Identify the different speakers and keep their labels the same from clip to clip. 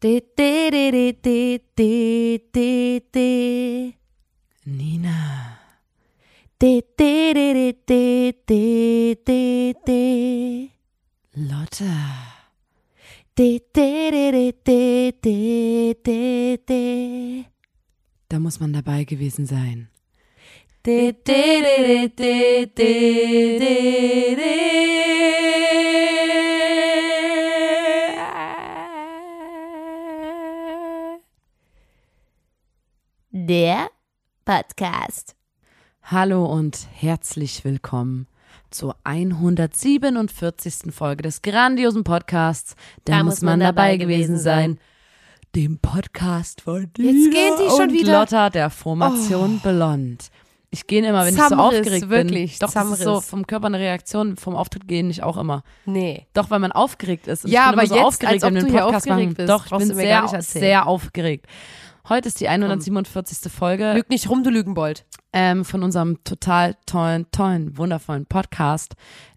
Speaker 1: De, de, de, de, de, de, de, de. Nina. De, de, de, de, de, de, de, de. Lotta. De, de, de, de, de, de, de, de.
Speaker 2: Da muss man dabei gewesen sein.
Speaker 1: De, de, de, de, de, de, de, de. Der Podcast.
Speaker 2: Hallo und herzlich willkommen zur 147. Folge des grandiosen Podcasts. Da, muss man, dabei gewesen sein. Dem Podcast von Dina
Speaker 1: Jetzt geht die schon
Speaker 2: und
Speaker 1: wieder.
Speaker 2: Lotta der Formation Blond. Ich gehe immer, wenn ich so
Speaker 3: Zusammenriss,
Speaker 2: aufgeregt
Speaker 3: wirklich,
Speaker 2: bin. Doch, das ist
Speaker 3: Zusammenriss.
Speaker 2: so vom Körper eine Reaktion, vom Auftritt gehen nicht auch immer.
Speaker 3: Nee.
Speaker 2: Doch, weil man aufgeregt ist. Und
Speaker 3: Ja,
Speaker 2: ich bin
Speaker 3: aber
Speaker 2: immer so
Speaker 3: jetzt,
Speaker 2: aufgeregt,
Speaker 3: als ob
Speaker 2: wenn wir
Speaker 3: du
Speaker 2: einen
Speaker 3: hier
Speaker 2: Podcast
Speaker 3: aufgeregt
Speaker 2: machen.
Speaker 3: bist,
Speaker 2: Doch, ich
Speaker 3: brauchst
Speaker 2: bin
Speaker 3: du mir gar
Speaker 2: sehr,
Speaker 3: nicht erzählen.
Speaker 2: sehr aufgeregt. Heute ist die 147. Folge
Speaker 3: Lüg nicht rum, du Lügenbold.
Speaker 2: ähm, von unserem total tollen, tollen, wundervollen Podcast.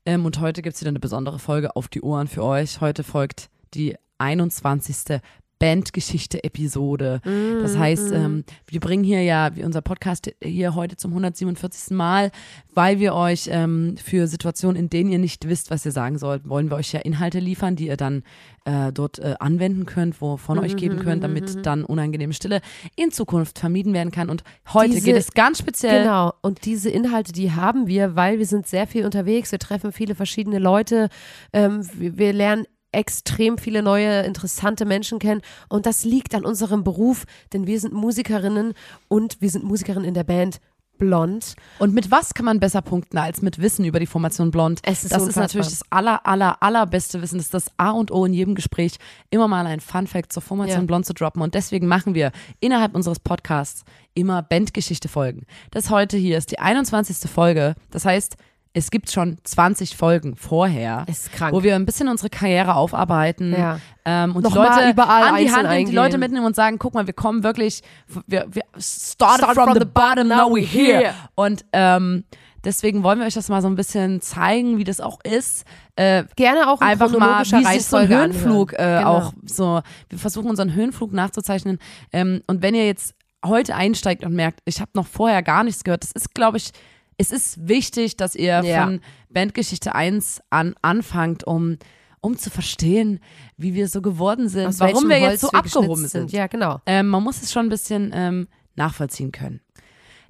Speaker 2: Ähm, und heute gibt's wieder eine besondere Folge auf die Ohren für euch. Heute folgt die 21. Bandgeschichte-Episode. Das heißt, ähm, wir bringen hier ja wie unser Podcast hier heute zum 147. Mal, weil wir euch ähm, für Situationen, in denen ihr nicht wisst, was ihr sagen sollt, wollen wir euch ja Inhalte liefern, die ihr dann äh, dort äh, anwenden könnt, wovon euch geben könnt, damit dann unangenehme Stille in Zukunft vermieden werden kann. Und heute
Speaker 3: Diese-
Speaker 2: geht es ganz speziell.
Speaker 3: Genau. Und diese Inhalte, die haben wir, weil wir sind sehr viel unterwegs, wir treffen viele verschiedene Leute, ähm, wir, wir lernen extrem viele neue, interessante Menschen kennen. Und das liegt an unserem Beruf, denn wir sind Musikerinnen und wir sind Musikerinnen in der Band Blond.
Speaker 2: Und mit was kann man besser punkten als mit Wissen über die Formation Blond?
Speaker 3: Es ist
Speaker 2: das ist
Speaker 3: unfassbar.
Speaker 2: natürlich das aller, aller, allerbeste Wissen. Das ist das A und O in jedem Gespräch, immer mal ein Fun-Fact zur Formation
Speaker 3: Ja.
Speaker 2: Blond zu droppen. Und deswegen machen wir innerhalb unseres Podcasts immer Bandgeschichte-Folgen. Das heute hier ist die 21. Folge. Das heißt, es gibt schon 20 Folgen vorher,
Speaker 3: Es ist krank.
Speaker 2: wo wir ein bisschen unsere Karriere aufarbeiten.
Speaker 3: Ja.
Speaker 2: Ähm, und die
Speaker 3: Nochmal
Speaker 2: Leute
Speaker 3: überall
Speaker 2: an die
Speaker 3: einzeln
Speaker 2: Hand nehmen, die
Speaker 3: eingehen.
Speaker 2: Leute mitnehmen und sagen, guck mal, wir kommen wirklich, wir, wir started from, the, bottom, now we're here.
Speaker 3: here.
Speaker 2: Und ähm, deswegen wollen wir euch das mal so ein bisschen zeigen, wie das auch ist. Äh,
Speaker 3: Gerne auch in
Speaker 2: einfach mal,
Speaker 3: chronologischer
Speaker 2: wie sich so ein
Speaker 3: Reihenfolge anhören.
Speaker 2: Höhenflug äh,
Speaker 3: Genau.
Speaker 2: auch so, wir versuchen unseren Höhenflug nachzuzeichnen. Ähm, und wenn ihr jetzt heute einsteigt und merkt, ich habe noch vorher gar nichts gehört, das ist, glaube ich, es ist wichtig, dass ihr
Speaker 3: Ja.
Speaker 2: von Bandgeschichte 1 an anfangt, um um zu verstehen, wie wir so geworden sind,
Speaker 3: Aus
Speaker 2: warum
Speaker 3: welchem
Speaker 2: wir jetzt
Speaker 3: Holz
Speaker 2: so
Speaker 3: wir
Speaker 2: abgehoben
Speaker 3: geschnitzt
Speaker 2: sind.
Speaker 3: Ja, genau.
Speaker 2: Ähm, man muss es schon ein bisschen ähm, nachvollziehen können.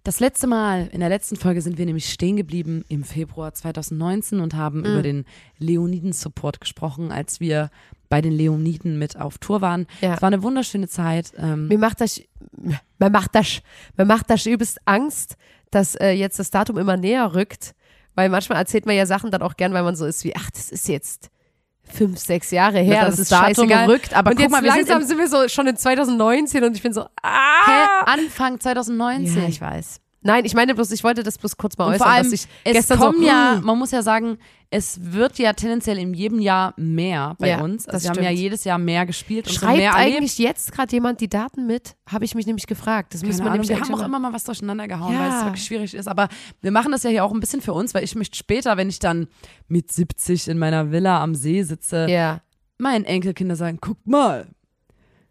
Speaker 2: Das letzte Mal, in der letzten Folge sind wir nämlich stehen geblieben im Februar 2019 und
Speaker 3: Mhm.
Speaker 2: haben über den Leoniden-Support gesprochen, als wir bei den Leoniden mit auf Tour waren.
Speaker 3: Ja.
Speaker 2: Es war eine wunderschöne Zeit. Ähm,
Speaker 3: mir macht das, mir macht das, mir macht das übelst Angst, dass äh, jetzt das Datum immer näher rückt, weil manchmal erzählt man ja Sachen dann auch gern, weil man so ist wie, ach, das ist jetzt fünf, sechs Jahre her,
Speaker 2: dass
Speaker 3: das,
Speaker 2: das
Speaker 3: ist
Speaker 2: Datum
Speaker 3: scheißegal.
Speaker 2: rückt, aber
Speaker 3: und
Speaker 2: guck
Speaker 3: jetzt
Speaker 2: mal, wir sind
Speaker 3: langsam
Speaker 2: im-
Speaker 3: sind, wir so schon in 2019 und ich bin so, ah,
Speaker 2: hä, Anfang 2019.
Speaker 3: Ja, ich weiß. Nein, ich meine bloß, ich wollte das bloß kurz mal
Speaker 2: Und
Speaker 3: äußern,
Speaker 2: vor allem,
Speaker 3: dass ich
Speaker 2: es
Speaker 3: gestern
Speaker 2: kommen
Speaker 3: so,
Speaker 2: ja,
Speaker 3: hm,
Speaker 2: man muss ja sagen, es wird ja tendenziell in jedem Jahr mehr bei
Speaker 3: Ja,
Speaker 2: uns. Also
Speaker 3: das
Speaker 2: wir haben
Speaker 3: stimmt.
Speaker 2: ja jedes Jahr mehr gespielt und schon
Speaker 3: schreibt
Speaker 2: mehr erlebt.
Speaker 3: eigentlich jetzt gerade jemand die Daten mit? Habe ich mich nämlich gefragt. Das
Speaker 2: Keine
Speaker 3: müssen wir
Speaker 2: Ahnung,
Speaker 3: nämlich
Speaker 2: wir
Speaker 3: eigentlich
Speaker 2: haben auch
Speaker 3: mal-
Speaker 2: immer mal was durcheinander gehauen, weil es
Speaker 3: Ja.
Speaker 2: wirklich schwierig ist. Aber wir machen das ja hier auch ein bisschen für uns, weil ich möchte später, wenn ich dann mit 70 in meiner Villa am See sitze,
Speaker 3: Ja.
Speaker 2: meinen Enkelkinder sagen, guck mal,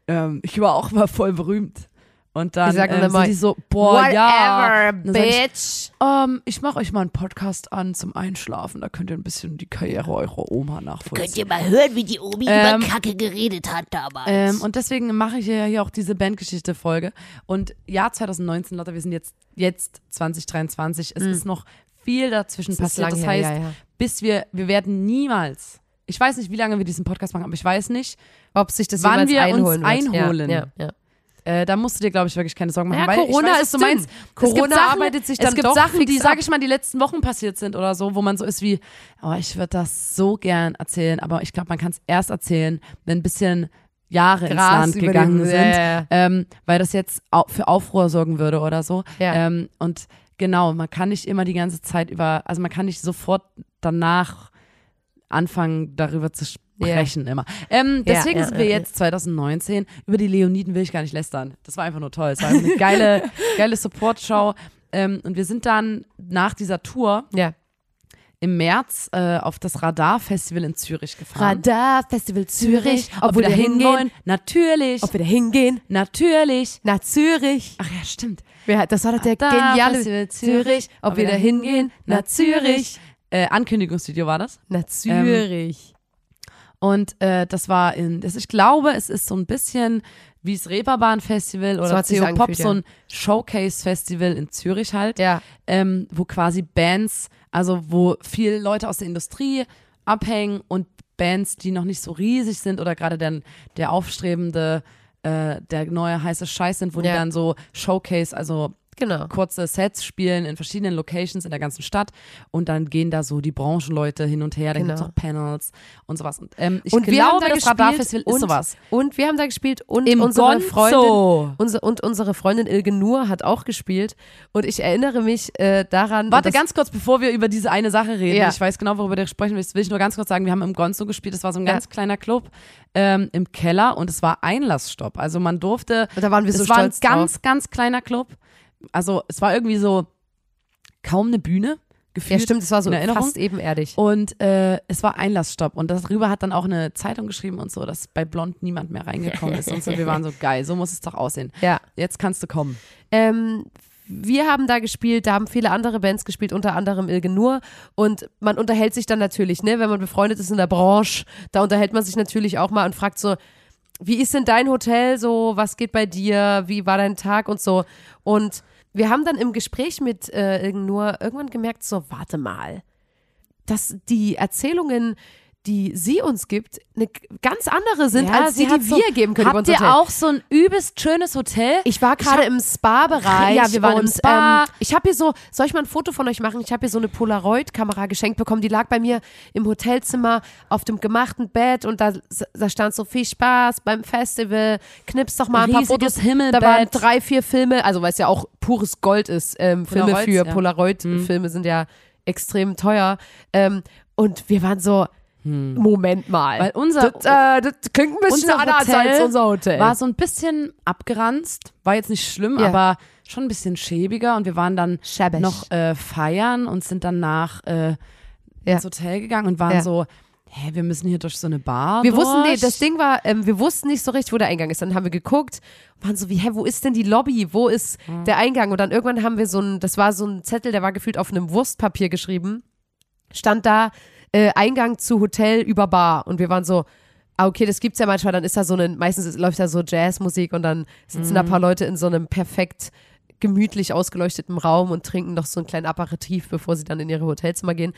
Speaker 2: ähm, ich war auch mal voll berühmt. Und dann
Speaker 3: Die sagen
Speaker 2: ähm,
Speaker 3: dann mal,
Speaker 2: sind die so, boah, ja.
Speaker 3: Whatever,
Speaker 2: Dann sag ich,
Speaker 3: bitch.
Speaker 2: Ähm, ich mache euch mal einen Podcast an zum Einschlafen, da könnt ihr ein bisschen die Karriere eurer Oma nachvollziehen.
Speaker 4: Könnt ihr mal hören, wie die Omi
Speaker 2: Ähm,
Speaker 4: über Kacke geredet hat damals?
Speaker 2: Ähm, und deswegen mache ich ja hier auch diese Bandgeschichte-Folge. Und Jahr 2019, Leute, wir sind jetzt, jetzt 2023. Es ist noch viel dazwischen
Speaker 3: Hm. ist
Speaker 2: passiert.
Speaker 3: lang
Speaker 2: Das
Speaker 3: her,
Speaker 2: heißt,
Speaker 3: ja, ja.
Speaker 2: bis wir, wir werden niemals, ich weiß nicht, wie lange wir diesen Podcast machen, aber ich weiß nicht.
Speaker 3: ob sich das
Speaker 2: Wann
Speaker 3: jemals
Speaker 2: wir uns
Speaker 3: einholen wird.
Speaker 2: einholen.
Speaker 3: Ja, ja, ja.
Speaker 2: Äh, da musst du dir, glaube ich, wirklich keine Sorgen machen.
Speaker 3: Naja,
Speaker 2: weil
Speaker 3: Corona
Speaker 2: ich weiß, was
Speaker 3: ist
Speaker 2: du meinst.
Speaker 3: dünn.
Speaker 2: Es gibt
Speaker 3: Corona
Speaker 2: Sachen,
Speaker 3: arbeitet sich
Speaker 2: Es
Speaker 3: dann
Speaker 2: gibt
Speaker 3: doch
Speaker 2: Sachen,
Speaker 3: fix
Speaker 2: die,
Speaker 3: ab.
Speaker 2: sage ich mal, die letzten Wochen passiert sind oder so, wo man so ist wie, oh, ich würde das so gern erzählen, aber ich glaube, man kann es erst erzählen, wenn ein bisschen Jahre
Speaker 3: Gras
Speaker 2: ins Land
Speaker 3: über
Speaker 2: gegangen
Speaker 3: dem-
Speaker 2: sind,
Speaker 3: ja, ja, ja.
Speaker 2: Ähm, weil das jetzt au- für Aufruhr sorgen würde oder so.
Speaker 3: Ja.
Speaker 2: Ähm, und genau, man kann nicht immer die ganze Zeit über, also man kann nicht sofort danach anfangen, darüber zu sprechen immer. Ähm,
Speaker 3: Ja,
Speaker 2: deswegen
Speaker 3: ja,
Speaker 2: sind
Speaker 3: ja,
Speaker 2: wir
Speaker 3: ja.
Speaker 2: jetzt 2019. Über die Leoniden will ich gar nicht lästern. Das war einfach nur toll. Es war einfach eine geile, geile Support-Show. Ähm, und wir sind dann nach dieser Tour
Speaker 3: ja.
Speaker 2: im März äh, auf das Radar-Festival in Zürich gefahren.
Speaker 3: Radar, Festival Zürich,
Speaker 2: ob, wir da hingehen? Natürlich.
Speaker 3: Ob wir da hingehen?
Speaker 2: natürlich.
Speaker 3: Nach Zürich.
Speaker 2: Ach ja, stimmt.
Speaker 3: Wer- Das war doch der
Speaker 2: Radar,
Speaker 3: geniale
Speaker 2: Festival
Speaker 3: Zürich. Ob wir da hingehen? Nach Zürich. Ähm,
Speaker 2: Äh, Ankündigungsvideo war das.
Speaker 3: Nach Zürich.
Speaker 2: Und äh, das war in, das, ich glaube, es ist so ein bisschen wie das Reeperbahn-Festival oder
Speaker 3: hat sich's
Speaker 2: CO Pop,
Speaker 3: angefühlt,
Speaker 2: so
Speaker 3: ja.
Speaker 2: ein Showcase-Festival in Zürich halt,
Speaker 3: Ja.
Speaker 2: ähm, wo quasi Bands, also wo viele Leute aus der Industrie abhängen und Bands, die noch nicht so riesig sind oder gerade der, der aufstrebende, äh, der neue heiße Scheiß sind, wo
Speaker 3: Ja.
Speaker 2: die dann so Showcase, also
Speaker 3: Genau.
Speaker 2: kurze Sets spielen in verschiedenen Locations in der ganzen Stadt und dann gehen da so die Branchenleute hin und her, dann
Speaker 3: Genau.
Speaker 2: gibt's auch Panels und sowas. Und, ähm, ich
Speaker 3: Und wir haben
Speaker 2: glaube,
Speaker 3: da
Speaker 2: das Radarfestival
Speaker 3: gespielt
Speaker 2: ist
Speaker 3: und-
Speaker 2: sowas.
Speaker 3: Und wir haben da gespielt und
Speaker 2: Im
Speaker 3: unsere
Speaker 2: Gonzo.
Speaker 3: Freundin unser, und unsere Freundin Ilge Nur hat auch gespielt und ich erinnere mich äh, daran.
Speaker 2: Warte
Speaker 3: das-
Speaker 2: ganz kurz, bevor wir über diese eine Sache reden.
Speaker 3: Ja.
Speaker 2: Ich weiß genau, worüber du sprechen willst. Will ich nur ganz kurz sagen, wir haben im Gonzo gespielt. Das war so ein
Speaker 3: Ja.
Speaker 2: ganz kleiner Club ähm, im Keller und es war Einlassstopp. Also man durfte
Speaker 3: Und da waren wir so
Speaker 2: es war ein
Speaker 3: stolz
Speaker 2: ganz,
Speaker 3: drauf.
Speaker 2: ganz kleiner Club. Also es war irgendwie so kaum eine Bühne
Speaker 3: Ja,
Speaker 2: gefühlt.
Speaker 3: stimmt, es war so
Speaker 2: in Erinnerung.
Speaker 3: fast ebenerdig.
Speaker 2: Und äh, es war Einlassstopp. Und darüber hat dann auch eine Zeitung geschrieben und so, dass bei Blond niemand mehr reingekommen ist. Und so, wir waren so geil, so muss es doch aussehen.
Speaker 3: Ja.
Speaker 2: Jetzt kannst du kommen.
Speaker 3: Ähm, wir haben da gespielt, da haben viele andere Bands gespielt, unter anderem Ilge Nur. Und man unterhält sich dann natürlich, ne, wenn man befreundet ist in der Branche, da unterhält man sich natürlich auch mal und fragt so, wie ist denn dein Hotel so, was geht bei dir, wie war dein Tag und so. Und wir haben dann im Gespräch mit äh, Ilge Nur irgendwann gemerkt, so, warte mal, dass die Erzählungen, die sie uns gibt, eine g- ganz andere sind,
Speaker 2: Ja,
Speaker 3: als
Speaker 2: sie
Speaker 3: die,
Speaker 2: hat
Speaker 3: die
Speaker 2: so-
Speaker 3: wir geben können. über
Speaker 2: Habt
Speaker 3: unser
Speaker 2: ihr
Speaker 3: Hotel.
Speaker 2: auch so ein übelst schönes Hotel?
Speaker 3: Ich war gerade im Spa-Bereich.
Speaker 2: Ja, wir waren im
Speaker 3: und,
Speaker 2: Spa.
Speaker 3: Ähm, ich habe hier so, soll ich mal ein Foto von euch machen? Ich habe hier so eine Polaroid-Kamera geschenkt bekommen. Die lag bei mir im Hotelzimmer auf dem gemachten Bett und da, da stand so viel Spaß beim Festival. Knips doch mal ein paar Fotos.
Speaker 2: Riesiges Himmelbett.
Speaker 3: Da waren drei, vier Filme, also weil es ja auch pures Gold ist. Ähm, Filme
Speaker 2: Polaroids,
Speaker 3: für
Speaker 2: ja. Mhm.
Speaker 3: Polaroid-Filme sind ja extrem teuer. Ähm, und wir waren so, Moment mal.
Speaker 2: Hm. Weil unser-
Speaker 3: das, äh, das klingt ein bisschen
Speaker 2: unser
Speaker 3: anders
Speaker 2: Hotel
Speaker 3: als unser Hotel.
Speaker 2: War so ein bisschen abgeranzt, war jetzt nicht schlimm,
Speaker 3: Ja.
Speaker 2: aber schon ein bisschen schäbiger. Und wir waren dann
Speaker 3: Schäbig.
Speaker 2: noch äh, feiern und sind danach äh,
Speaker 3: Ja.
Speaker 2: ins Hotel gegangen und waren
Speaker 3: Ja.
Speaker 2: so, hä, wir müssen hier durch so eine Bar.
Speaker 3: Wir
Speaker 2: durch.
Speaker 3: wussten, nee, das Ding war, ähm, wir wussten nicht so richtig, wo der Eingang ist. Dann haben wir geguckt, waren so wie, hä, wo ist denn die Lobby? Wo ist der Eingang? Und dann irgendwann haben wir so ein, das war so ein Zettel, der war gefühlt auf einem Wurstpapier geschrieben. Stand da, äh, Eingang zu Hotel über Bar. Und wir waren so, ah, okay, das gibt's ja manchmal. Dann ist da so ein, meistens ist, läuft da so Jazzmusik und dann sitzen
Speaker 2: Mhm.
Speaker 3: da ein paar Leute in so einem perfekt gemütlich ausgeleuchteten Raum und trinken noch so einen kleinen Aperitif, bevor sie dann in ihre Hotelzimmer gehen.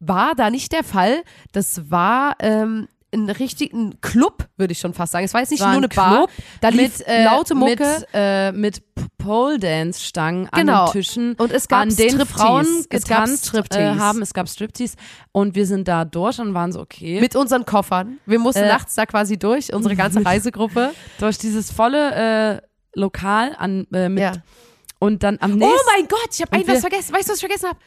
Speaker 3: War da nicht der Fall. Das war ähm, ein richtigen Club, würde ich schon fast sagen. Es war jetzt nicht
Speaker 2: war
Speaker 3: nur eine
Speaker 2: ein
Speaker 3: Bar.
Speaker 2: Club
Speaker 3: Da lief
Speaker 2: mit, äh,
Speaker 3: laute Mucke.
Speaker 2: Mit, äh, mit P- Pole-Dance-Stangen an
Speaker 3: Genau.
Speaker 2: den Tischen.
Speaker 3: Und es gab
Speaker 2: an den
Speaker 3: Striptease.
Speaker 2: Frauen
Speaker 3: Es gab
Speaker 2: getanzt äh,
Speaker 3: Striptease.
Speaker 2: haben. Es gab Striptease. Und wir sind da durch und waren so, okay.
Speaker 3: mit unseren Koffern. Wir mussten
Speaker 2: Äh,
Speaker 3: nachts da quasi durch, unsere ganze Reisegruppe.
Speaker 2: durch dieses volle äh, Lokal an, äh, mit,
Speaker 3: Ja.
Speaker 2: und dann am
Speaker 3: Oh
Speaker 2: nächsten...
Speaker 3: mein Gott, ich habe
Speaker 2: Und
Speaker 3: ein was
Speaker 2: wir-
Speaker 3: vergessen. Weißt du, was ich vergessen habe?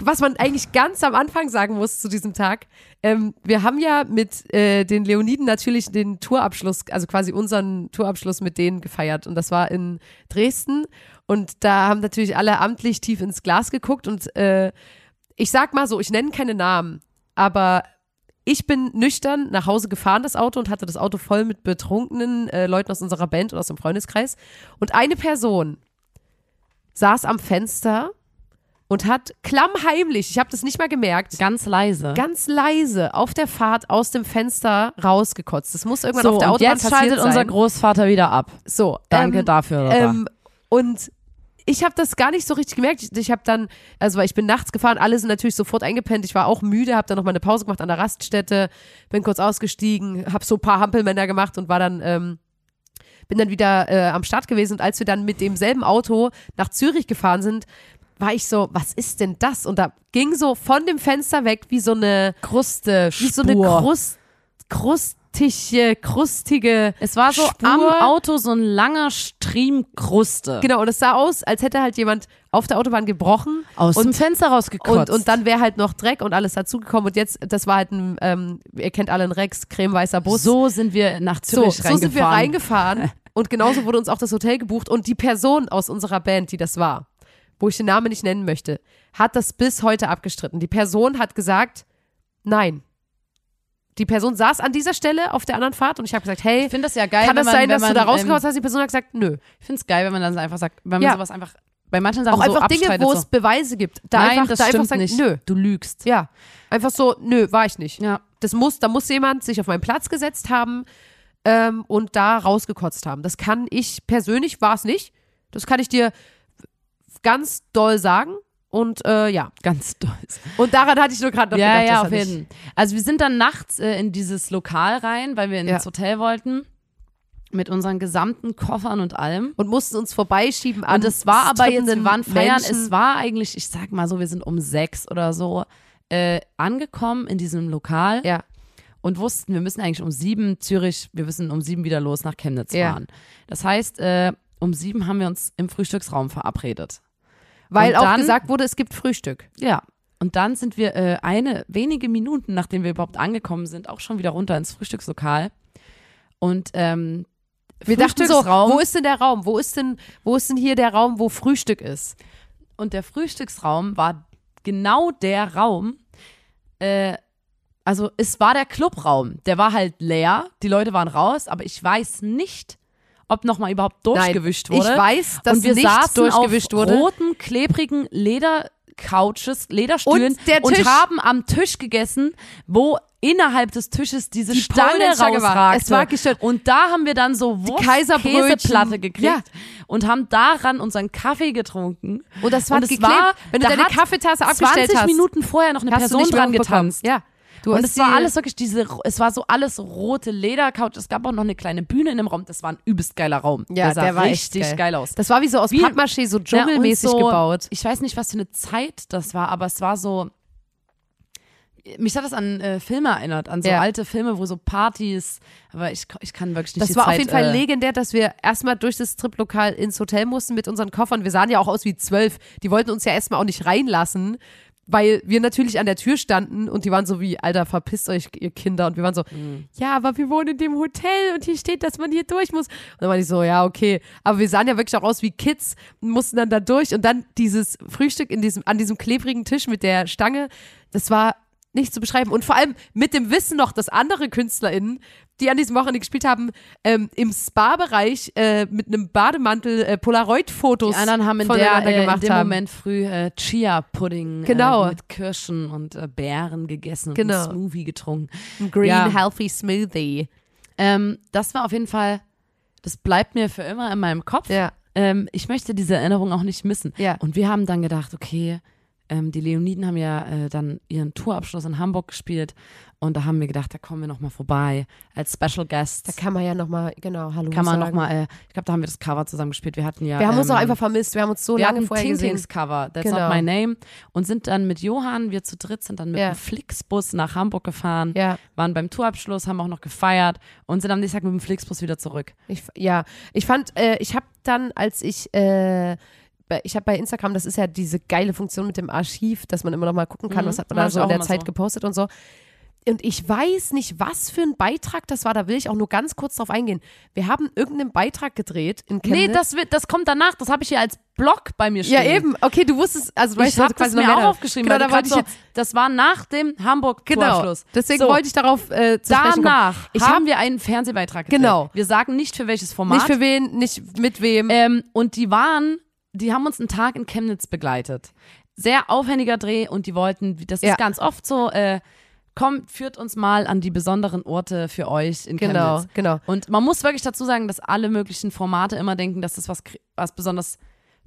Speaker 3: Was man eigentlich ganz am Anfang sagen muss zu diesem Tag. Ähm, wir haben ja mit äh, den Leoniden natürlich den Tourabschluss, also quasi unseren Tourabschluss mit denen gefeiert. Und das war in Dresden. Und da haben natürlich alle amtlich tief ins Glas geguckt. Und äh, ich sag mal so, ich nenne keine Namen, aber ich bin nüchtern nach Hause gefahren, das Auto, und hatte das Auto voll mit betrunkenen äh, Leuten aus unserer Band und aus dem Freundeskreis. Und eine Person saß am Fenster und hat klammheimlich, ich habe das nicht mal gemerkt,
Speaker 2: ganz leise.
Speaker 3: ganz leise auf der Fahrt aus dem Fenster rausgekotzt. Das muss irgendwann
Speaker 2: so,
Speaker 3: auf der
Speaker 2: und
Speaker 3: Autobahn
Speaker 2: jetzt
Speaker 3: passiert
Speaker 2: schaltet
Speaker 3: sein.
Speaker 2: unser Großvater wieder ab.
Speaker 3: so,
Speaker 2: Danke
Speaker 3: ähm,
Speaker 2: dafür. Lotta.
Speaker 3: ähm, und ich habe das gar nicht so richtig gemerkt. Ich, ich habe dann, also weil ich bin nachts gefahren, alle sind natürlich sofort eingepennt. Ich war auch müde, habe dann noch mal eine Pause gemacht an der Raststätte, bin kurz ausgestiegen, habe so ein paar Hampelmänner gemacht und war dann ähm, bin dann wieder äh, am Start gewesen. Und als wir dann mit demselben Auto nach Zürich gefahren sind, war ich so, was ist denn das? Und da ging so von dem Fenster weg wie so eine
Speaker 2: Kruste,
Speaker 3: wie so eine
Speaker 2: Spur.
Speaker 3: Krust, krustige, krustige
Speaker 2: Es war so am
Speaker 3: Spur.
Speaker 2: Auto so ein langer Striem Kruste.
Speaker 3: Genau, und es sah aus, als hätte halt jemand auf der Autobahn gebrochen
Speaker 2: Aus
Speaker 3: und,
Speaker 2: dem Fenster rausgekotzt.
Speaker 3: und, und dann wäre halt noch Dreck und alles dazugekommen. Und jetzt, das war halt ein, ähm, ihr kennt alle einen Rex, cremeweißer Bus.
Speaker 2: so sind wir nach
Speaker 3: so,
Speaker 2: Zürich
Speaker 3: so sind wir
Speaker 2: reingefahren.
Speaker 3: reingefahren. Und genauso wurde uns auch das Hotel gebucht und die Person aus unserer Band, die das war, wo ich den Namen nicht nennen möchte, hat das bis heute abgestritten. Die Person hat gesagt, nein. Die Person saß an dieser Stelle auf der anderen Fahrt und ich habe gesagt, hey,
Speaker 2: Ich finde das ja geil,
Speaker 3: kann
Speaker 2: wenn
Speaker 3: es
Speaker 2: man,
Speaker 3: sein,
Speaker 2: wenn
Speaker 3: dass
Speaker 2: man,
Speaker 3: du da
Speaker 2: ähm,
Speaker 3: rausgehauen hast? Die Person hat gesagt, nö.
Speaker 2: Ich finde es geil, wenn man dann einfach sagt, wenn man
Speaker 3: Ja.
Speaker 2: sowas einfach bei manchen Sachen
Speaker 3: Auch
Speaker 2: so
Speaker 3: einfach Dinge,
Speaker 2: abstreitet.
Speaker 3: wo
Speaker 2: so.
Speaker 3: es Beweise gibt. Da
Speaker 2: Nein,
Speaker 3: einfach,
Speaker 2: das
Speaker 3: da
Speaker 2: stimmt
Speaker 3: einfach sagen,
Speaker 2: nicht.
Speaker 3: nö.
Speaker 2: Du lügst.
Speaker 3: Ja. Einfach so, nö, war ich nicht.
Speaker 2: Ja.
Speaker 3: Das muss, da muss jemand sich auf meinen Platz gesetzt haben ähm, und da rausgekotzt haben. Das kann ich persönlich war es nicht. Das kann ich dir ganz doll sagen. Und äh, ja.
Speaker 2: Ganz stolz.
Speaker 3: Und daran hatte ich nur gerade noch
Speaker 2: ja,
Speaker 3: gedacht.
Speaker 2: ja,
Speaker 3: das
Speaker 2: auf
Speaker 3: hatte ich-
Speaker 2: jeden Fall. Also wir sind dann nachts äh, in dieses Lokal rein, weil wir ins
Speaker 3: Ja.
Speaker 2: Hotel wollten. Mit unseren gesamten Koffern und allem.
Speaker 3: Und mussten uns vorbeischieben an
Speaker 2: Und es war aber jetzt, wir
Speaker 3: strittenden
Speaker 2: waren feiern,
Speaker 3: Menschen.
Speaker 2: es war eigentlich, ich sag mal so, wir sind um sechs oder so äh, angekommen in diesem Lokal
Speaker 3: Ja.
Speaker 2: und wussten, wir müssen eigentlich um sieben Zürich, wir müssen um sieben wieder los nach Chemnitz
Speaker 3: Ja.
Speaker 2: fahren. Das heißt, äh, um sieben haben wir uns im Frühstücksraum verabredet.
Speaker 3: Weil
Speaker 2: Und
Speaker 3: auch
Speaker 2: dann-
Speaker 3: gesagt wurde, es gibt Frühstück.
Speaker 2: Ja. Und dann sind wir äh, eine wenige Minuten, nachdem wir überhaupt angekommen sind, auch schon wieder runter ins Frühstückslokal. Und ähm,
Speaker 3: Wir dachten so,
Speaker 2: Frühstücksraum-
Speaker 3: wo ist denn der Raum? Wo ist denn, wo ist denn hier der Raum, wo Frühstück ist?
Speaker 2: und der Frühstücksraum war genau der Raum. Äh, also es war der Clubraum. Der war halt leer. Die Leute waren raus, aber ich weiß nicht, ob nochmal überhaupt durchgewischt
Speaker 3: Nein,
Speaker 2: wurde.
Speaker 3: Ich weiß, dass
Speaker 2: und wir
Speaker 3: nicht
Speaker 2: saßen
Speaker 3: durchgewischt
Speaker 2: auf
Speaker 3: wurde.
Speaker 2: roten, klebrigen Ledercouches, Lederstühlen
Speaker 3: Und der Tisch.
Speaker 2: und haben am Tisch gegessen, wo innerhalb des Tisches diese
Speaker 3: Die
Speaker 2: Stange
Speaker 3: Polnische war.
Speaker 2: rausragte.
Speaker 3: Es war gestört.
Speaker 2: Und da haben wir dann so Wurst
Speaker 3: Kaiserbrötchen.
Speaker 2: Käseplatte gekriegt
Speaker 3: Ja.
Speaker 2: und haben daran unseren Kaffee getrunken.
Speaker 3: Und das war
Speaker 2: Und es
Speaker 3: geklebt.
Speaker 2: war-
Speaker 3: wenn du
Speaker 2: da
Speaker 3: deine
Speaker 2: hat
Speaker 3: Kaffeetasse abgestellt
Speaker 2: 20
Speaker 3: hast,
Speaker 2: Minuten vorher noch eine
Speaker 3: hast du
Speaker 2: Person
Speaker 3: nicht mehr
Speaker 2: dran
Speaker 3: hochbekommen.
Speaker 2: getanzt.
Speaker 3: Ja. Du
Speaker 2: und
Speaker 3: hast
Speaker 2: es war
Speaker 3: die-
Speaker 2: alles wirklich diese, es war so alles rote Ledercouch. Es gab auch noch eine kleine Bühne in dem Raum. Das war ein übelst geiler Raum.
Speaker 3: Ja,
Speaker 2: der sah
Speaker 3: der war echt
Speaker 2: richtig
Speaker 3: geil.
Speaker 2: geil aus.
Speaker 3: Das war wie so aus
Speaker 2: Wie-
Speaker 3: Pappmaché,
Speaker 2: Ja,
Speaker 3: so
Speaker 2: und
Speaker 3: dschungelmäßig
Speaker 2: so,
Speaker 3: gebaut.
Speaker 2: Ich weiß nicht, was für eine Zeit das war, aber es war so. Mich hat das an äh, Filme erinnert, an so
Speaker 3: Ja.
Speaker 2: alte Filme, wo so Partys, aber ich, ich kann wirklich nicht
Speaker 3: Das
Speaker 2: die
Speaker 3: war
Speaker 2: Zeit,
Speaker 3: auf jeden Fall
Speaker 2: äh,
Speaker 3: legendär, dass wir erstmal durch das Striplokal ins Hotel mussten mit unseren Koffern. Wir sahen ja auch aus wie zwölf. Die wollten uns ja erstmal auch nicht reinlassen, weil wir natürlich an der Tür standen und die waren so wie, Alter, verpisst euch, ihr Kinder. Und wir waren so,
Speaker 2: Mhm.
Speaker 3: ja, aber wir wohnen in dem Hotel und hier steht, dass man hier durch muss. Und dann waren die so, ja, okay. Aber wir sahen ja wirklich auch aus wie Kids und mussten dann da durch. Und dann dieses Frühstück in diesem, an diesem klebrigen Tisch mit der Stange, das war nicht zu beschreiben. Und vor allem mit dem Wissen noch, dass andere KünstlerInnen, die an diesem Wochenende gespielt haben, ähm, im Spa-Bereich äh, mit einem Bademantel äh, Polaroid-Fotos
Speaker 2: Die anderen haben in, der,
Speaker 3: voneinander
Speaker 2: äh, in
Speaker 3: gemacht
Speaker 2: dem
Speaker 3: haben.
Speaker 2: Moment früh äh, Chia-Pudding
Speaker 3: Genau.
Speaker 2: äh, mit Kirschen und äh, Beeren gegessen
Speaker 3: Genau.
Speaker 2: und einen Smoothie getrunken.
Speaker 3: Ein Green
Speaker 2: Ja.
Speaker 3: Healthy Smoothie.
Speaker 2: Ähm, das war auf jeden Fall, das bleibt mir für immer in meinem Kopf.
Speaker 3: Ja.
Speaker 2: Ähm, ich möchte diese Erinnerung auch nicht missen.
Speaker 3: Ja.
Speaker 2: Und wir haben dann gedacht, okay, ähm, die Leoniden haben ja äh, dann ihren Tourabschluss in Hamburg gespielt und da haben wir gedacht, da kommen wir nochmal vorbei als Special
Speaker 3: Da
Speaker 2: Guests.
Speaker 3: kann man ja nochmal, genau, hallo
Speaker 2: Kann man
Speaker 3: sagen.
Speaker 2: nochmal, äh, ich glaube, da haben wir das Cover zusammen gespielt. Wir hatten ja.
Speaker 3: Wir haben uns
Speaker 2: ähm,
Speaker 3: auch einfach vermisst. Wir haben uns so
Speaker 2: wir
Speaker 3: lange
Speaker 2: hatten
Speaker 3: vorher gesehen.
Speaker 2: Tintings Cover, That's
Speaker 3: Genau.
Speaker 2: Not My Name. Und sind dann mit Johann, wir zu dritt, sind dann mit
Speaker 3: Ja.
Speaker 2: dem Flixbus nach Hamburg gefahren,
Speaker 3: Ja.
Speaker 2: waren beim Tourabschluss, haben auch noch gefeiert und sind am nächsten Tag mit dem Flixbus wieder zurück.
Speaker 3: Ich, ja, ich fand, äh, ich habe dann, als ich, äh, bei- ich habe bei Instagram, das ist ja diese geile Funktion mit dem Archiv, dass man immer noch mal gucken kann,
Speaker 2: Mhm.
Speaker 3: was hat man
Speaker 2: Mach
Speaker 3: da
Speaker 2: ich
Speaker 3: so in
Speaker 2: auch
Speaker 3: der
Speaker 2: immer
Speaker 3: Zeit
Speaker 2: so.
Speaker 3: gepostet und so. Und ich weiß nicht, was für ein Beitrag das war. Da will ich auch nur ganz kurz drauf eingehen. Wir haben irgendeinen Beitrag gedreht in Chemnitz.
Speaker 2: Nee, das, wird, das kommt danach, das habe ich hier als Blog bei mir
Speaker 3: ja
Speaker 2: stehen.
Speaker 3: eben. Okay, du wusstest, also du
Speaker 2: Ich
Speaker 3: weißt
Speaker 2: habe
Speaker 3: also
Speaker 2: das
Speaker 3: quasi
Speaker 2: mir
Speaker 3: noch
Speaker 2: auch
Speaker 3: mehr
Speaker 2: aufgeschrieben,
Speaker 3: Genau,
Speaker 2: weil
Speaker 3: da
Speaker 2: du
Speaker 3: wollte ich
Speaker 2: grad
Speaker 3: jetzt.
Speaker 2: so, das war nach dem hamburg
Speaker 3: Genau.
Speaker 2: Tourabschluss.
Speaker 3: Deswegen
Speaker 2: so,
Speaker 3: wollte ich darauf äh, zu sprechen kommen.
Speaker 2: danach
Speaker 3: Ich
Speaker 2: haben
Speaker 3: hab-
Speaker 2: wir einen Fernsehbeitrag
Speaker 3: Genau.
Speaker 2: gedreht. Wir sagen nicht für welches Format.
Speaker 3: Nicht für wen, nicht mit wem.
Speaker 2: Ähm, und die waren, die haben uns einen Tag in Chemnitz begleitet. Sehr aufwendiger Dreh und die wollten, das ist
Speaker 3: Ja.
Speaker 2: ganz oft so, äh, kommt, führt uns mal an die besonderen Orte für euch in
Speaker 3: genau,
Speaker 2: Chemnitz.
Speaker 3: genau.
Speaker 2: Und man muss wirklich dazu sagen, dass alle möglichen Formate immer denken, dass das was, kre- was besonders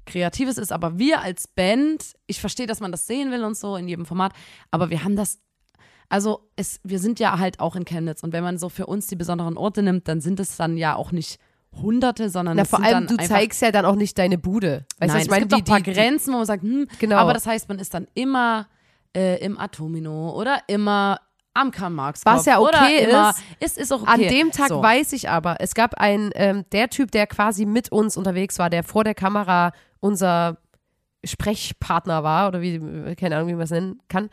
Speaker 2: Kreatives ist. Aber wir als Band, ich verstehe, dass man das sehen will und so in jedem Format, aber wir haben das. Also es, wir sind ja halt auch in Chemnitz und wenn man so für uns die besonderen Orte nimmt, dann sind es dann ja auch nicht Hunderte, sondern
Speaker 3: Na,
Speaker 2: es
Speaker 3: vor
Speaker 2: sind dann
Speaker 3: allem, du
Speaker 2: einfach
Speaker 3: zeigst ja dann auch nicht deine Bude. Weißt du,
Speaker 2: Nein,
Speaker 3: was ich meine?
Speaker 2: es gibt
Speaker 3: Die-
Speaker 2: auch ein
Speaker 3: die-
Speaker 2: paar
Speaker 3: die-
Speaker 2: Grenzen, wo man sagt, hm,
Speaker 3: Genau.
Speaker 2: aber das heißt, man ist dann immer äh, im Atomino oder immer am karl marx
Speaker 3: Was ja okay
Speaker 2: oder immer,
Speaker 3: ist,
Speaker 2: es ist auch okay.
Speaker 3: An dem Tag
Speaker 2: so.
Speaker 3: weiß ich aber, es gab einen, ähm, der Typ, der quasi mit uns unterwegs war, der vor der Kamera unser Sprechpartner war oder wie, keine Ahnung, wie man es nennen kann.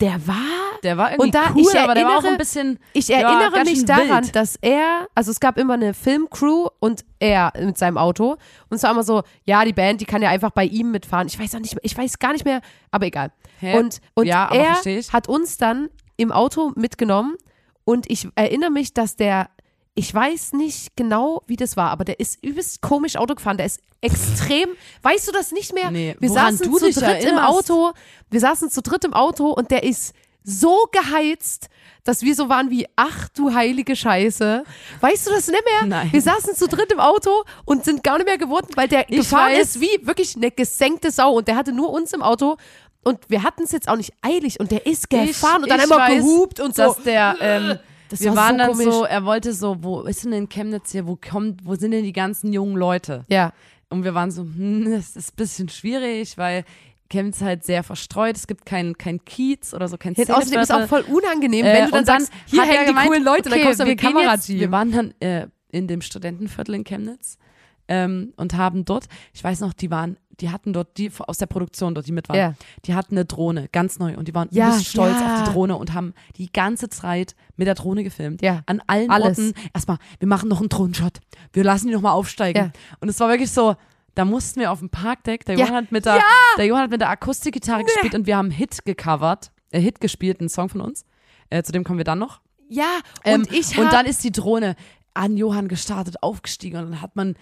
Speaker 3: Der war.
Speaker 2: Der war irgendwie
Speaker 3: Und da-
Speaker 2: cool,
Speaker 3: ich
Speaker 2: aber der war auch
Speaker 3: erinnere-
Speaker 2: ein bisschen.
Speaker 3: Ich
Speaker 2: Ja,
Speaker 3: erinnere
Speaker 2: ganz
Speaker 3: mich
Speaker 2: schön
Speaker 3: daran,
Speaker 2: wild.
Speaker 3: dass er, also es gab immer eine Filmcrew und er mit seinem Auto. Und es war immer so, ja, die Band, die kann ja einfach bei ihm mitfahren. Ich weiß auch nicht, mehr- ich weiß gar nicht mehr, aber egal.
Speaker 2: Hä?
Speaker 3: Und, und
Speaker 2: Ja, aber
Speaker 3: er
Speaker 2: versteh ich.
Speaker 3: hat uns dann im Auto mitgenommen und ich erinnere mich, dass der, ich weiß nicht genau, wie das war, aber der ist übelst komisch Auto gefahren. Der ist extrem, weißt du das nicht mehr?
Speaker 2: Nee,
Speaker 3: wir
Speaker 2: woran
Speaker 3: saßen
Speaker 2: du
Speaker 3: zu
Speaker 2: dich
Speaker 3: dritt im
Speaker 2: erinnerst?
Speaker 3: Auto, wir saßen zu dritt im Auto und der ist so geheizt, dass wir so waren wie, ach du heilige Scheiße. Weißt du das nicht mehr?
Speaker 2: Nein.
Speaker 3: Wir saßen zu dritt im Auto und sind gar nicht mehr geworden, weil der
Speaker 2: Ich
Speaker 3: gefahren
Speaker 2: weiß.
Speaker 3: ist wie wirklich eine gesenkte Sau und der hatte nur uns im Auto und wir hatten es jetzt auch nicht eilig und der ist gefahren und dann
Speaker 2: ich
Speaker 3: immer
Speaker 2: weiß,
Speaker 3: gehupt und so. Äh,
Speaker 2: Dass der, ähm,
Speaker 3: Das
Speaker 2: wir
Speaker 3: war
Speaker 2: waren
Speaker 3: so
Speaker 2: dann
Speaker 3: komisch.
Speaker 2: so, er wollte so, wo ist denn in Chemnitz hier, wo kommt, wo sind denn die ganzen jungen Leute?
Speaker 3: ja.
Speaker 2: Und wir waren so, hm, das ist ein bisschen schwierig, weil Chemnitz halt sehr verstreut, es gibt keinen kein Kiez oder so, kein
Speaker 3: Jetzt außerdem ist auch
Speaker 2: Szeneviertel.
Speaker 3: voll unangenehm,
Speaker 2: Äh,
Speaker 3: wenn du dann
Speaker 2: und dann
Speaker 3: sagst, hier
Speaker 2: hat er
Speaker 3: hängen die
Speaker 2: gemeint,
Speaker 3: coolen Leute und dann
Speaker 2: okay,
Speaker 3: kommst du
Speaker 2: wir
Speaker 3: mit dem
Speaker 2: gehen jetzt,
Speaker 3: Kamerateam.
Speaker 2: Wir waren dann äh, in dem Studentenviertel in Chemnitz ähm, und haben dort, ich weiß noch, die waren, die hatten dort, die aus der Produktion dort, die mit waren,
Speaker 3: Ja.
Speaker 2: die hatten eine Drohne, ganz neu und die waren
Speaker 3: Ja,
Speaker 2: übelst stolz
Speaker 3: ja.
Speaker 2: auf die Drohne und haben die ganze Zeit mit der Drohne gefilmt.
Speaker 3: Ja.
Speaker 2: An allen
Speaker 3: Alles.
Speaker 2: Orten. Erstmal, wir machen noch einen Drohnenshot. Wir lassen die nochmal aufsteigen. Und es war wirklich so, da mussten wir auf dem Parkdeck, der
Speaker 3: Ja.
Speaker 2: Johann hat mit der, der Johann hat mit der Akustikgitarre gespielt und wir haben einen Hit gecovert, äh, Hit gespielt, einen Song von uns. Äh, zu dem kommen wir dann noch.
Speaker 3: ja,
Speaker 2: Ähm,
Speaker 3: und ich
Speaker 2: und
Speaker 3: hab-
Speaker 2: dann ist die Drohne an Johann gestartet, aufgestiegen und dann hat man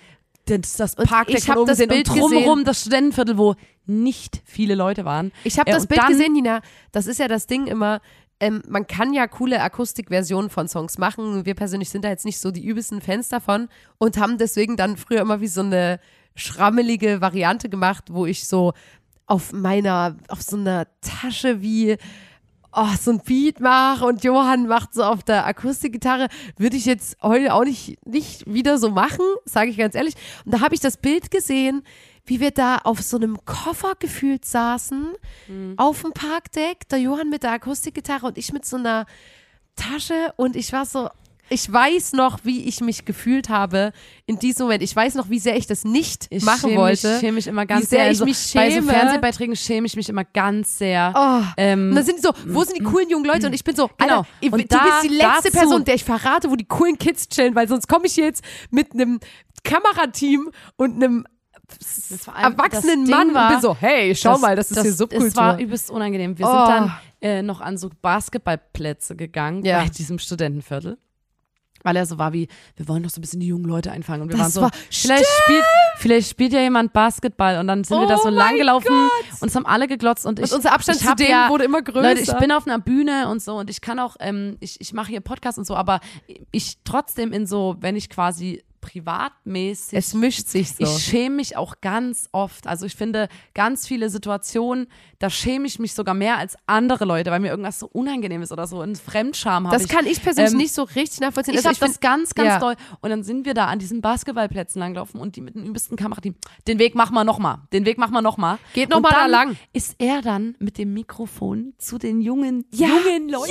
Speaker 2: das, das Parkdeck
Speaker 3: ich
Speaker 2: von
Speaker 3: hab
Speaker 2: oben
Speaker 3: das
Speaker 2: gesehen
Speaker 3: Bild
Speaker 2: und drumherum
Speaker 3: gesehen.
Speaker 2: das Studentenviertel, wo nicht viele Leute waren.
Speaker 3: Ich habe
Speaker 2: Äh,
Speaker 3: das
Speaker 2: und
Speaker 3: Bild
Speaker 2: dann,
Speaker 3: gesehen, Nina. Das ist ja das Ding immer. Ähm, man kann ja coole Akustikversionen von Songs machen. Wir persönlich sind da jetzt nicht so die übelsten Fans davon und haben deswegen dann früher immer wie so eine schrammelige Variante gemacht, wo ich so auf meiner, auf so einer Tasche wie oh, so ein Beat mache und Johann macht so auf der Akustikgitarre, würde ich jetzt heute auch nicht, nicht wieder so machen, sage ich ganz ehrlich. Und da habe ich das Bild gesehen, wie wir da auf so einem Koffer gefühlt saßen,
Speaker 2: Mhm.
Speaker 3: auf dem Parkdeck, der Johann mit der Akustikgitarre und ich mit so einer Tasche und ich war so, ich weiß noch, wie ich mich gefühlt habe in diesem Moment. Ich weiß noch, wie sehr ich das nicht
Speaker 2: Ich
Speaker 3: machen
Speaker 2: schäme
Speaker 3: wollte.
Speaker 2: Mich, schäme mich immer ganz
Speaker 3: sehr ich
Speaker 2: also
Speaker 3: mich
Speaker 2: Bei so
Speaker 3: schäme.
Speaker 2: Fernsehbeiträgen schäme ich mich immer ganz sehr.
Speaker 3: Oh.
Speaker 2: Ähm,
Speaker 3: Und dann sind die so, wo sind die coolen jungen Leute? Und ich bin so, Alter,
Speaker 2: Genau. Und
Speaker 3: du
Speaker 2: da-
Speaker 3: bist die letzte
Speaker 2: dazu-
Speaker 3: Person, der ich verrate, wo die coolen Kids chillen, weil sonst komme ich hier jetzt mit einem Kamerateam und einem
Speaker 2: vor allem das
Speaker 3: erwachsenen
Speaker 2: Ding
Speaker 3: Mann
Speaker 2: war,
Speaker 3: und bin so, hey, schau mal, das ist hier
Speaker 2: Es war
Speaker 3: Subkultur.
Speaker 2: übelst unangenehm. Wir
Speaker 3: Oh.
Speaker 2: sind dann äh, noch an so Basketballplätze gegangen
Speaker 3: Ja.
Speaker 2: bei diesem Studentenviertel. Weil er so war wie, wir wollen doch so ein bisschen die jungen Leute einfangen. Und wir
Speaker 3: Das
Speaker 2: waren so,
Speaker 3: war-
Speaker 2: vielleicht, spielt, vielleicht spielt ja jemand Basketball. Und dann sind wir da
Speaker 3: Oh
Speaker 2: so
Speaker 3: mein
Speaker 2: lang gelaufen. Uns haben alle geglotzt. Und, ich,
Speaker 3: und unser Abstand
Speaker 2: ich
Speaker 3: zu
Speaker 2: hab
Speaker 3: denen
Speaker 2: ja,
Speaker 3: wurde immer größer.
Speaker 2: Leute, ich bin auf einer Bühne und so und ich kann auch, ähm, ich, ich mache hier Podcast und so, aber ich trotzdem in so, wenn ich quasi privatmäßig
Speaker 3: es mischt sich so.
Speaker 2: ich schäme mich auch ganz oft. Also ich finde ganz viele Situationen, da schäme ich mich sogar mehr als andere Leute, weil mir irgendwas so unangenehm ist oder so. Ein Fremdscham habe
Speaker 3: das
Speaker 2: ich.
Speaker 3: kann ich persönlich
Speaker 2: ähm,
Speaker 3: nicht so richtig nachvollziehen.
Speaker 2: ich
Speaker 3: also
Speaker 2: habe das
Speaker 3: find-
Speaker 2: ganz, ganz
Speaker 3: ja.
Speaker 2: doll. Und dann sind wir da an diesen Basketballplätzen langgelaufen und die mit dem übelsten Kamerateam. Den Weg machen wir nochmal. Den Weg machen wir nochmal.
Speaker 3: Geht noch mal da lang.
Speaker 2: Ist er dann mit dem Mikrofon zu den jungen,
Speaker 3: Ja.
Speaker 2: jungen Leuten,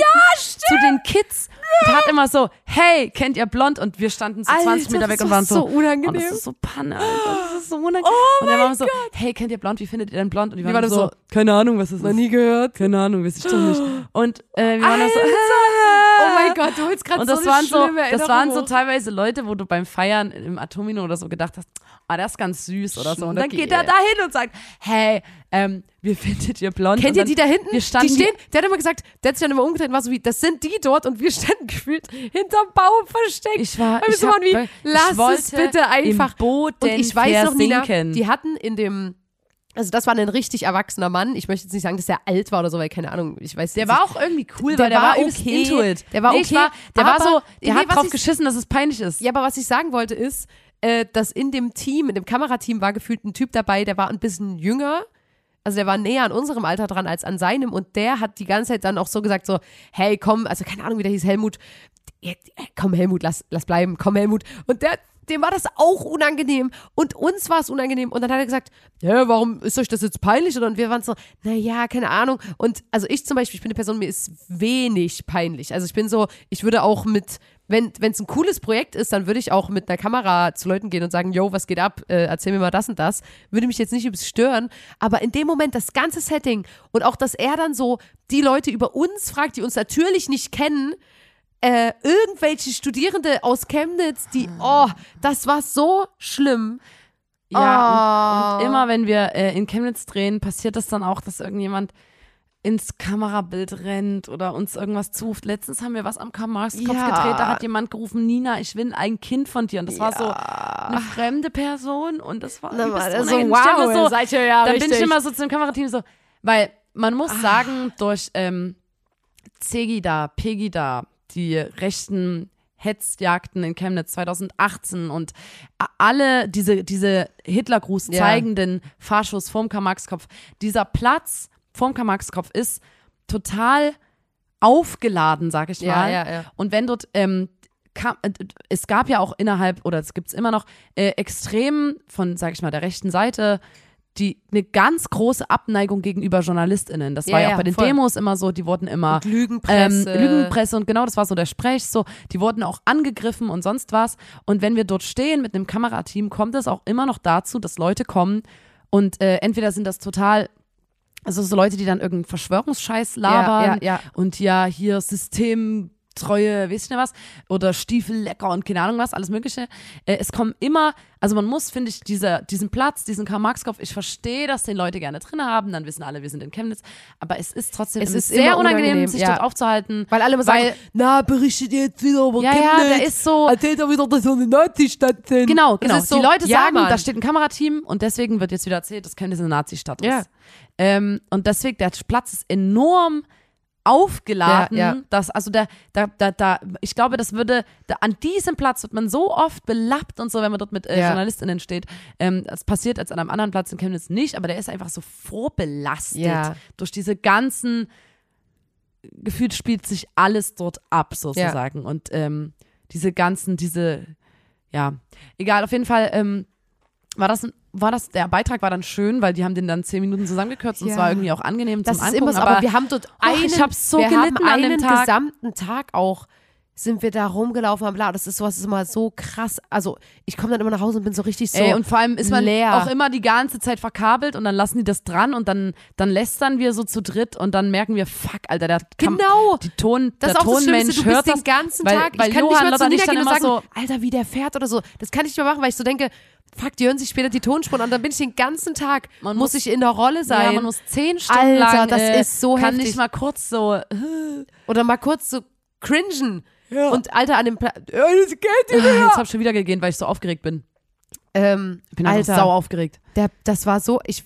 Speaker 2: zu den Kids und hat immer so, hey, kennt ihr blond? Und wir standen so 20
Speaker 3: Alter,
Speaker 2: Meter
Speaker 3: das
Speaker 2: weg
Speaker 3: ist
Speaker 2: und
Speaker 3: doch
Speaker 2: waren so, Oh
Speaker 3: so unangenehm.
Speaker 2: Und das ist so Panne, Alter. Das ist so unangenehm. und dann waren wir so, hey, kennt ihr blond? Wie findet ihr denn blond? Und die waren,
Speaker 3: waren
Speaker 2: so,
Speaker 3: so,
Speaker 2: keine Ahnung, was das
Speaker 3: Noch
Speaker 2: ist.
Speaker 3: nie gehört.
Speaker 2: Keine Ahnung, weiß ich doch nicht. Und äh, wir waren dann so,
Speaker 3: Oh mein Gott, du holst gerade
Speaker 2: und
Speaker 3: so
Speaker 2: das
Speaker 3: eine
Speaker 2: waren so,
Speaker 3: schlimme
Speaker 2: das
Speaker 3: Erinnerung
Speaker 2: waren so
Speaker 3: hoch.
Speaker 2: teilweise Leute, wo du beim Feiern im Atomino oder so gedacht hast, ah, das ist ganz süß oder so. Und dann
Speaker 3: Schnucki,
Speaker 2: geht er
Speaker 3: ey.
Speaker 2: dahin und sagt, hey, ähm, wie findet ihr blond?
Speaker 3: Kennt
Speaker 2: und
Speaker 3: ihr
Speaker 2: dann,
Speaker 3: die da hinten?
Speaker 2: Wir standen
Speaker 3: die stehen, der hat immer gesagt, der hat sich dann immer umgedreht und war so wie, das sind die dort und wir standen gefühlt hinterm Baum versteckt.
Speaker 2: Ich war,
Speaker 3: Weil wir
Speaker 2: ich
Speaker 3: so
Speaker 2: hab,
Speaker 3: waren wie, lass
Speaker 2: ich wollte
Speaker 3: es bitte einfach.
Speaker 2: Im Boden
Speaker 3: und ich weiß noch, Nina,
Speaker 2: versinken.
Speaker 3: die hatten in dem, also das war ein richtig erwachsener Mann. Ich möchte jetzt nicht sagen, dass er alt war oder so, weil keine Ahnung, ich weiß
Speaker 2: der
Speaker 3: jetzt
Speaker 2: war auch irgendwie cool,
Speaker 3: Der
Speaker 2: weil der
Speaker 3: war
Speaker 2: war, übelst
Speaker 3: okay.
Speaker 2: into it.
Speaker 3: Der war
Speaker 2: nee, ich
Speaker 3: okay,
Speaker 2: War, der war
Speaker 3: aber-
Speaker 2: so, der
Speaker 3: nee,
Speaker 2: hat
Speaker 3: was
Speaker 2: drauf
Speaker 3: ich-
Speaker 2: geschissen, dass es peinlich ist.
Speaker 3: Ja, aber was ich sagen wollte ist, äh, dass in dem Team, in dem Kamerateam war gefühlt ein Typ dabei, der war ein bisschen jünger. Also der war näher an unserem Alter dran als an seinem und der hat die ganze Zeit dann auch so gesagt so, hey komm, also keine Ahnung, wie der hieß, Helmut, ja, komm Helmut, lass, lass bleiben, komm Helmut. Und der, dem war das auch unangenehm und uns war es unangenehm. Und dann hat er gesagt, ja, warum ist euch das jetzt peinlich? Und wir waren so, naja, keine Ahnung. Und also ich zum Beispiel, ich bin eine Person, mir ist wenig peinlich. Also ich bin so, ich würde auch mit, wenn es ein cooles Projekt ist, dann würde ich auch mit einer Kamera zu Leuten gehen und sagen, yo, was geht ab? Äh, erzähl mir mal das und das. Würde mich jetzt nicht übelst stören. Aber in dem Moment das ganze Setting und auch, dass er dann so die Leute über uns fragt, die uns natürlich nicht kennen, äh, irgendwelche Studierende aus Chemnitz, die,
Speaker 2: Ah.
Speaker 3: oh, das war so schlimm.
Speaker 2: Ja, und,
Speaker 3: Oh.
Speaker 2: und immer wenn wir äh, in Chemnitz drehen, passiert das dann auch, dass irgendjemand ins Kamerabild rennt oder uns irgendwas zuruft. Letztens haben wir was am Karl-Marx-Kopf
Speaker 3: Ja.
Speaker 2: gedreht, da hat jemand gerufen, Nina, ich will ein Kind von dir. Und das war so eine fremde Person und das war übelst unangenehm. Ich stell mir so,
Speaker 3: seid ihr ja Ah.
Speaker 2: dann bin ich immer so zum Kamerateam so, weil man muss sagen, durch ähm, Cegida, Pegida, die rechten Hetzjagden in Chemnitz 2018 und a- alle diese, diese Hitlergruß
Speaker 3: Ja.
Speaker 2: zeigenden Faschos vorm Karl-Marx-Kopf, dieser Platz vorm Karl-Marx-Kopf ist total aufgeladen, sag ich
Speaker 3: Ja,
Speaker 2: mal.
Speaker 3: ja, ja.
Speaker 2: Und wenn dort, ähm, kam, äh, es gab ja auch innerhalb, oder es gibt es immer noch, äh, extrem von, sag ich mal, der rechten Seite, die eine ganz große Abneigung gegenüber JournalistInnen. Das war
Speaker 3: Ja,
Speaker 2: ja,
Speaker 3: ja,
Speaker 2: auch bei den
Speaker 3: voll.
Speaker 2: Demos immer so, die wurden immer
Speaker 3: Und Lügenpresse.
Speaker 2: ähm, Ah. Lügenpresse und genau das war so der Sprech. So, die wurden auch angegriffen und sonst was. Und wenn wir dort stehen mit einem Kamerateam, kommt es auch immer noch dazu, dass Leute kommen und äh, entweder sind das total also so Leute, die dann irgendeinen Verschwörungsscheiß labern
Speaker 3: Ja, ja, ja.
Speaker 2: und ja, hier Systemtreue, weiß ich nicht was, oder Stiefel lecker und keine Ahnung was, alles Mögliche. Äh, es kommen immer, also man muss, finde ich, dieser, diesen Platz, diesen Karl-Marx-Kopf, ich verstehe, dass den Leute gerne drin haben, dann wissen alle, wir sind in Chemnitz, aber es ist trotzdem
Speaker 3: Es ist
Speaker 2: ähm, sehr
Speaker 3: immer
Speaker 2: unangenehm,
Speaker 3: unangenehm,
Speaker 2: sich
Speaker 3: ja.
Speaker 2: dort aufzuhalten.
Speaker 3: Weil alle immer
Speaker 2: Weil-
Speaker 3: sagen, na, berichtet jetzt wieder über
Speaker 2: Ja, ja,
Speaker 3: Chemnitz.
Speaker 2: da ist so-
Speaker 3: Erzählt doch wieder, dass wir eine Nazi-Stadt sind.
Speaker 2: Genau,
Speaker 3: Das
Speaker 2: genau.
Speaker 3: ist so,
Speaker 2: die Leute
Speaker 3: ja,
Speaker 2: sagen,
Speaker 3: Mann.
Speaker 2: da steht ein Kamerateam und deswegen wird jetzt wieder erzählt, dass Chemnitz eine Nazi-Stadt ist.
Speaker 3: Ja.
Speaker 2: Ähm, und deswegen, der Platz ist enorm aufgeladen.
Speaker 3: Ja, ja.
Speaker 2: Dass, also da, da, da, da, ich glaube, das würde, da, an diesem Platz wird man so oft belappt und so, wenn man dort mit äh,
Speaker 3: Ja.
Speaker 2: JournalistInnen steht. Ähm, das passiert als an einem anderen Platz in Chemnitz nicht, aber der ist einfach so vorbelastet
Speaker 3: Ja.
Speaker 2: durch diese ganzen gefühlt spielt sich alles dort ab, sozusagen. Und ähm, diese ganzen, diese, ja, egal, auf jeden Fall ähm, war das ein- war das, der Beitrag war dann schön, weil die haben den dann zehn Minuten zusammengekürzt und
Speaker 3: Ja.
Speaker 2: es war irgendwie auch angenehm
Speaker 3: Das
Speaker 2: zum
Speaker 3: ist
Speaker 2: Angucken.
Speaker 3: immer so, aber, wir haben dort
Speaker 2: Och,
Speaker 3: einen,
Speaker 2: ich hab so
Speaker 3: wir
Speaker 2: gelitten
Speaker 3: haben
Speaker 2: an dem
Speaker 3: einen
Speaker 2: Tag.
Speaker 3: gesamten Tag auch sind wir da rumgelaufen haben, bla, das ist sowas, das ist immer so krass. Also, ich komme dann immer nach Hause und bin so richtig so.
Speaker 2: Ey, und vor allem ist man
Speaker 3: leer.
Speaker 2: auch immer die ganze Zeit verkabelt und dann lassen die das dran und dann, dann lästern wir so zu dritt und dann merken wir, fuck, Alter, der kann,
Speaker 3: Genau.
Speaker 2: die Ton,
Speaker 3: das ist
Speaker 2: der
Speaker 3: auch das Schlimmste,
Speaker 2: Tonmensch
Speaker 3: du
Speaker 2: hört
Speaker 3: bist
Speaker 2: das.
Speaker 3: den ganzen
Speaker 2: weil-
Speaker 3: Tag,
Speaker 2: weil
Speaker 3: ich kann
Speaker 2: Johann
Speaker 3: nicht mal zu
Speaker 2: Lotter und ich
Speaker 3: Nina
Speaker 2: dann
Speaker 3: gehen und
Speaker 2: immer
Speaker 3: sagen,
Speaker 2: so-
Speaker 3: Alter, wie der fährt oder so. Das kann ich nicht mehr machen, weil ich so denke, fuck, die hören sich später die Tonspuren an, dann bin ich den ganzen Tag,
Speaker 2: Man
Speaker 3: muss,
Speaker 2: muss-
Speaker 3: ich in der Rolle sein.
Speaker 2: Ja, man muss zehn Stunden
Speaker 3: Alter,
Speaker 2: lang,
Speaker 3: das
Speaker 2: äh,
Speaker 3: ist so
Speaker 2: kann
Speaker 3: heftig.
Speaker 2: nicht mal kurz so,
Speaker 3: oder mal kurz so cringen. Und Alter, an dem Pla Ja, das geht nicht
Speaker 2: jetzt
Speaker 3: mehr.
Speaker 2: hab ich schon wieder gegeben, weil ich so aufgeregt bin.
Speaker 3: Ähm,
Speaker 2: Ich bin einfach
Speaker 3: Alter,
Speaker 2: sau aufgeregt.
Speaker 3: Der, das war so, ich,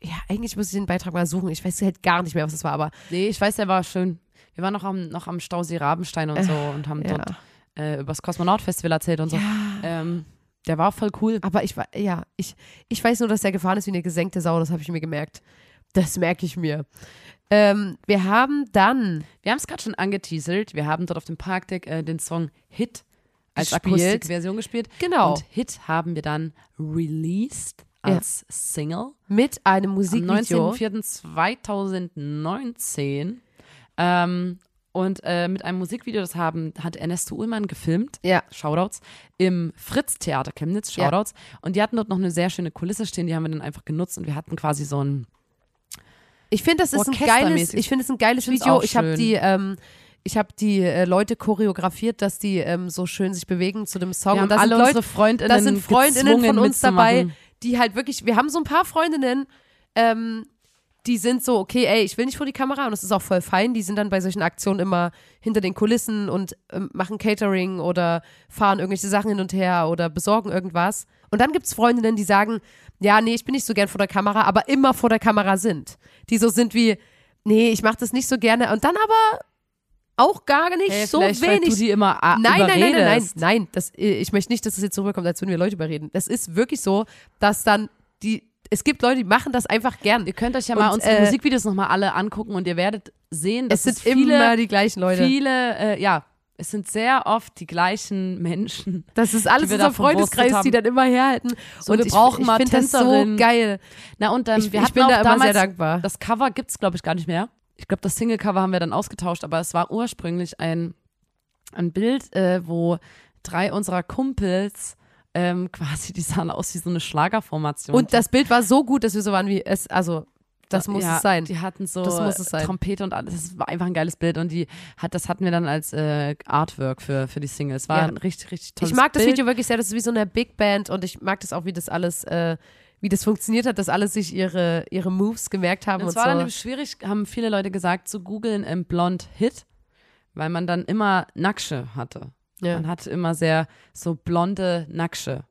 Speaker 3: ja, eigentlich muss ich den Beitrag mal suchen. Ich weiß halt gar nicht mehr, was das war, aber
Speaker 2: Nee, ich weiß, der war schön. Wir waren noch am, noch am Stausee Rabenstein und so und haben
Speaker 3: Äh, ja.
Speaker 2: dort äh, über das Kosmonaut-Festival erzählt und so. Ähm, der war voll cool.
Speaker 3: Aber ich, wa- ja, ich, ich weiß nur, dass der gefahren ist wie eine gesenkte Sau, das habe ich mir gemerkt. Das merke ich mir. Ähm, wir haben dann,
Speaker 2: Wir haben es gerade schon angeteasert. Wir haben dort auf dem Parkdeck äh, den Song Hit als
Speaker 3: Gespielt.
Speaker 2: Akustikversion gespielt.
Speaker 3: Genau.
Speaker 2: Und Hit haben wir dann released
Speaker 3: Ja.
Speaker 2: als Single.
Speaker 3: mit einem
Speaker 2: Am
Speaker 3: Musikvideo.
Speaker 2: 19.04.2019. Ähm, und äh, mit einem Musikvideo, das haben, hat Ernesto Ullmann gefilmt.
Speaker 3: Ja.
Speaker 2: Shoutouts. Im Fritz-Theater Chemnitz,
Speaker 3: Ja.
Speaker 2: Shoutouts. Und die hatten dort noch eine sehr schöne Kulisse stehen, die haben wir dann einfach genutzt und wir hatten quasi so ein.
Speaker 3: Ich finde, das ist ein geiles,
Speaker 2: Orchestermäßig.
Speaker 3: ich finde es ein geiles
Speaker 2: find's
Speaker 3: Video.
Speaker 2: auch
Speaker 3: Ich habe
Speaker 2: schön.
Speaker 3: die, ähm, ich habe die äh, Leute choreografiert, dass die ähm, so schön sich bewegen zu dem Song.
Speaker 2: Wir haben
Speaker 3: und da sind
Speaker 2: alle
Speaker 3: Leute,
Speaker 2: unsere Freundinnen.
Speaker 3: da sind Freundinnen von
Speaker 2: gezwungen,
Speaker 3: uns dabei,
Speaker 2: mitzumachen.
Speaker 3: die halt wirklich, wir haben so ein paar Freundinnen, ähm, die sind so, okay, ey, ich will nicht vor die Kamera und das ist auch voll fein. Die sind dann bei solchen Aktionen immer hinter den Kulissen und ähm, machen Catering oder fahren irgendwelche Sachen hin und her oder besorgen irgendwas. Und dann gibt's Freundinnen, die sagen, ja, nee, ich bin nicht so gern vor der Kamera, aber immer vor der Kamera sind. Die so sind wie, nee, ich mache das nicht so gerne und dann aber auch gar nicht
Speaker 2: Ey,
Speaker 3: so
Speaker 2: Äh, vielleicht, weil
Speaker 3: wenig
Speaker 2: Du die immer ah,
Speaker 3: Nein, nein, nein, nein, nein,
Speaker 2: überredest.
Speaker 3: nein. Das, äh, ich möchte nicht, dass es jetzt so rüberkommt, als würden wir Leute überreden. Das ist wirklich so, dass dann die, es gibt Leute, die machen das einfach gern.
Speaker 2: Ihr könnt euch ja mal
Speaker 3: Und,
Speaker 2: unsere
Speaker 3: äh,
Speaker 2: Musikvideos nochmal alle angucken und ihr werdet sehen, dass
Speaker 3: es sind
Speaker 2: viele,
Speaker 3: immer die gleichen Leute.
Speaker 2: viele, äh, ja, Es sind sehr oft die gleichen Menschen.
Speaker 3: Das ist alles
Speaker 2: Die wir da
Speaker 3: unser Freundeskreis,
Speaker 2: verwurstet
Speaker 3: die dann immer herhalten.
Speaker 2: So,
Speaker 3: und
Speaker 2: wir
Speaker 3: ich,
Speaker 2: brauchen
Speaker 3: ich
Speaker 2: mal
Speaker 3: finde das so
Speaker 2: Tänzerinnen.
Speaker 3: geil.
Speaker 2: Na und ähm,
Speaker 3: Ich,
Speaker 2: wir
Speaker 3: ich
Speaker 2: hatten
Speaker 3: bin
Speaker 2: auch
Speaker 3: da immer
Speaker 2: damals,
Speaker 3: sehr dankbar.
Speaker 2: das Cover gibt's glaube ich gar nicht mehr. Ich glaube, das Single-Cover haben wir dann ausgetauscht, aber es war ursprünglich ein, ein Bild, äh, wo drei unserer Kumpels ähm, quasi, die sahen aus wie so eine Schlagerformation.
Speaker 3: Und das Bild war so gut, dass wir so waren wie es, also das muss
Speaker 2: ja,
Speaker 3: es sein.
Speaker 2: Die hatten so
Speaker 3: Das muss es sein.
Speaker 2: Trompete und alles. Das war einfach ein geiles Bild und die hat, das hatten wir dann als äh, Artwork für, für die Singles. War
Speaker 3: Ja.
Speaker 2: ein richtig, richtig tolles
Speaker 3: Ich mag das
Speaker 2: Bild.
Speaker 3: Video wirklich sehr, das ist wie so eine Big Band und ich mag das auch, wie das alles, äh, wie das funktioniert hat, dass alle sich ihre, ihre Moves gemerkt haben und,
Speaker 2: Es war dann eben
Speaker 3: so.
Speaker 2: schwierig, haben viele Leute gesagt, zu googeln im Blond Hit, weil man dann immer Nacksche hatte.
Speaker 3: Ja.
Speaker 2: Man hatte immer sehr so blonde Nacksche.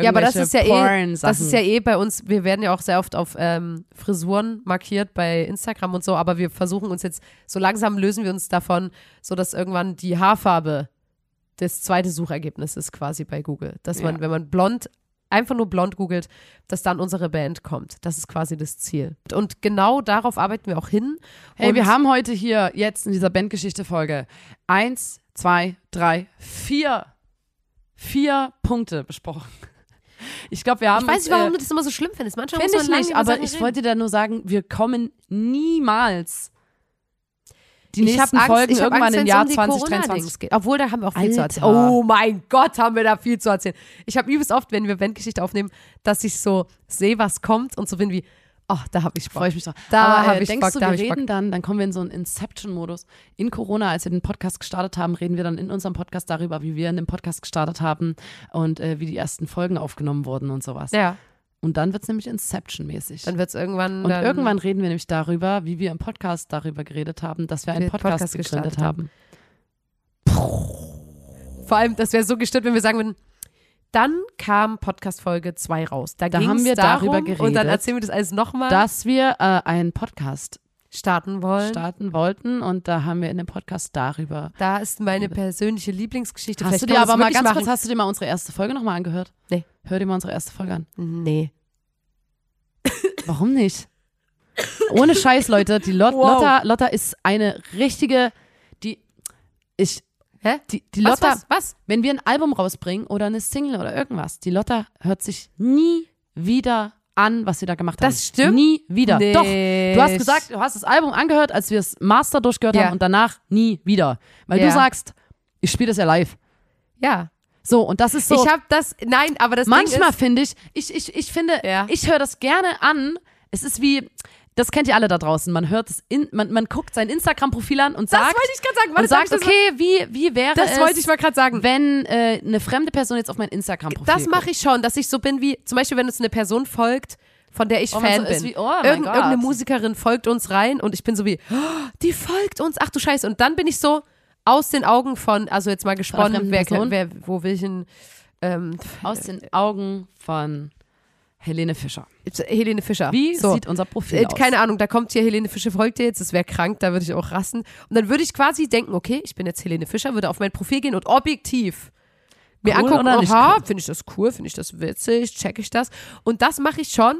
Speaker 3: Ja, aber das
Speaker 2: Irgendwelche
Speaker 3: ist ja eh, das
Speaker 2: Porn-Sachen.
Speaker 3: ist ja eh bei uns, wir werden ja auch sehr oft auf ähm, Frisuren markiert bei Instagram und so, aber wir versuchen uns jetzt, so langsam lösen wir uns davon, so dass irgendwann die Haarfarbe das zweite Suchergebnis ist quasi bei Google. Dass man,
Speaker 2: Ja.
Speaker 3: wenn man blond, einfach nur blond googelt, dass dann unsere Band kommt. Das ist quasi das Ziel. Und genau darauf arbeiten wir auch hin.
Speaker 2: Hey,
Speaker 3: eh- und
Speaker 2: wir haben heute hier jetzt in dieser Bandgeschichte-Folge eins, zwei, drei, vier, vier Punkte besprochen. Ich glaube, wir haben.
Speaker 3: Ich weiß
Speaker 2: uns,
Speaker 3: nicht, warum
Speaker 2: äh,
Speaker 3: du das immer so schlimm findest. Manchmal muss
Speaker 2: Finde
Speaker 3: man
Speaker 2: ich
Speaker 3: lange
Speaker 2: nicht,
Speaker 3: über
Speaker 2: aber
Speaker 3: Sachen
Speaker 2: ich
Speaker 3: reden.
Speaker 2: wollte da nur sagen, wir kommen niemals die
Speaker 3: Ich hab
Speaker 2: nächsten
Speaker 3: Angst,
Speaker 2: Folgen
Speaker 3: ich hab
Speaker 2: irgendwann
Speaker 3: Angst,
Speaker 2: im
Speaker 3: wenn's
Speaker 2: Jahr
Speaker 3: um die
Speaker 2: 2023.
Speaker 3: Corona-Dings geht. Obwohl, da haben wir auch viel zu
Speaker 2: Alter.
Speaker 3: erzählen. Oh mein Gott, haben wir da viel zu erzählen. Ich habe übelst oft, wenn wir Bandgeschichte aufnehmen, dass ich so sehe, was kommt und so bin wie, oh, da habe ich Bock.
Speaker 2: Freue ich mich drauf.
Speaker 3: Da
Speaker 2: Aber,
Speaker 3: hab
Speaker 2: äh,
Speaker 3: ich
Speaker 2: denkst
Speaker 3: Bock,
Speaker 2: du,
Speaker 3: da
Speaker 2: wir
Speaker 3: hab ich
Speaker 2: reden dann, dann kommen wir in so einen Inception-Modus. In Corona, als wir den Podcast gestartet haben, reden wir dann in unserem Podcast darüber, wie wir in dem Podcast gestartet haben und äh, wie die ersten Folgen aufgenommen wurden und sowas.
Speaker 3: Ja,
Speaker 2: Und dann wird es nämlich Inception-mäßig.
Speaker 3: dann wird es irgendwann.
Speaker 2: Und
Speaker 3: dann
Speaker 2: irgendwann reden wir nämlich darüber, wie wir im Podcast darüber geredet haben, dass wir einen
Speaker 3: den
Speaker 2: Podcast,
Speaker 3: Podcast
Speaker 2: gegründet
Speaker 3: gestartet
Speaker 2: haben.
Speaker 3: Vor allem, das wäre so gestört, wenn wir sagen würden, dann kam Podcast-Folge 2 raus. Da,
Speaker 2: Da
Speaker 3: ging's
Speaker 2: haben wir
Speaker 3: darum,
Speaker 2: darüber
Speaker 3: Und dann
Speaker 2: geredet.
Speaker 3: erzählen wir das alles nochmal.
Speaker 2: Dass wir äh, einen Podcast
Speaker 3: starten wollen.
Speaker 2: starten wollten und da haben wir in dem Podcast darüber.
Speaker 3: Da ist meine persönliche Lieblingsgeschichte.
Speaker 2: Hast
Speaker 3: Vielleicht
Speaker 2: du dir
Speaker 3: kann man
Speaker 2: aber
Speaker 3: das
Speaker 2: mal
Speaker 3: wirklich
Speaker 2: ganz
Speaker 3: machen.
Speaker 2: kurz, hast du dir mal unsere erste Folge nochmal angehört?
Speaker 3: Nee.
Speaker 2: Hör dir mal unsere erste Folge an.
Speaker 3: Nee.
Speaker 2: Warum nicht? Ohne Scheiß, Leute. Die Lot
Speaker 3: Wow.
Speaker 2: Lotta, Lotta ist eine richtige, die, ich,
Speaker 3: Hä?
Speaker 2: die, die
Speaker 3: Was,
Speaker 2: Lotta,
Speaker 3: was, was?
Speaker 2: wenn wir ein Album rausbringen oder eine Single oder irgendwas, die Lotta hört sich nie wieder an, was wir da gemacht haben.
Speaker 3: Das stimmt
Speaker 2: Nie wieder.
Speaker 3: nicht.
Speaker 2: Doch. Du hast gesagt, du hast das Album angehört, als wir das Master durchgehört
Speaker 3: Ja.
Speaker 2: haben und danach nie wieder. Weil
Speaker 3: Ja.
Speaker 2: du sagst, ich spiele das ja live.
Speaker 3: Ja.
Speaker 2: So, und das ist so.
Speaker 3: Ich habe das, nein, aber das
Speaker 2: Manchmal
Speaker 3: Ding
Speaker 2: finde ich, ich, ich, ich finde,
Speaker 3: Ja.
Speaker 2: ich höre das gerne an. Es ist wie, das kennt ihr alle da draußen. Man hört es, in, man, man guckt sein Instagram-Profil an und
Speaker 3: ist, das
Speaker 2: sagt,
Speaker 3: wollte ich gerade sagen.
Speaker 2: und
Speaker 3: Warte, sag
Speaker 2: sagt
Speaker 3: ich das
Speaker 2: okay, wie, wie wäre
Speaker 3: mal? das
Speaker 2: es,
Speaker 3: wollte ich mal gerade sagen.
Speaker 2: wenn äh, eine fremde Person jetzt auf mein Instagram-Profil
Speaker 3: Das mache ich schon, dass ich so bin wie, zum Beispiel, wenn uns eine Person folgt, von der ich
Speaker 2: Oh, man
Speaker 3: Fan
Speaker 2: so
Speaker 3: bin.
Speaker 2: ist wie, oh mein
Speaker 3: Irgend-
Speaker 2: Gott.
Speaker 3: Irgendeine Musikerin folgt uns rein und ich bin so wie, oh, die folgt uns, ach du Scheiße. Und dann bin ich so aus den Augen von, also jetzt mal gesponnen,
Speaker 2: fremden
Speaker 3: wer,
Speaker 2: Person?
Speaker 3: wer, wo will ich denn, ähm,
Speaker 2: Aus den Augen von Helene Fischer.
Speaker 3: Helene Fischer.
Speaker 2: Wie
Speaker 3: so.
Speaker 2: sieht unser Profil
Speaker 3: Äh,
Speaker 2: aus?
Speaker 3: Keine Ahnung, da kommt hier Helene Fischer, folgt dir jetzt, das wäre krank, da würde ich auch rasten. Und dann würde ich quasi denken, okay, ich bin jetzt Helene Fischer, würde auf mein Profil gehen und objektiv mir
Speaker 2: Cool
Speaker 3: angucken,
Speaker 2: oder nicht
Speaker 3: aha, finde ich das cool, finde ich das witzig, checke ich das. Und das mache ich schon,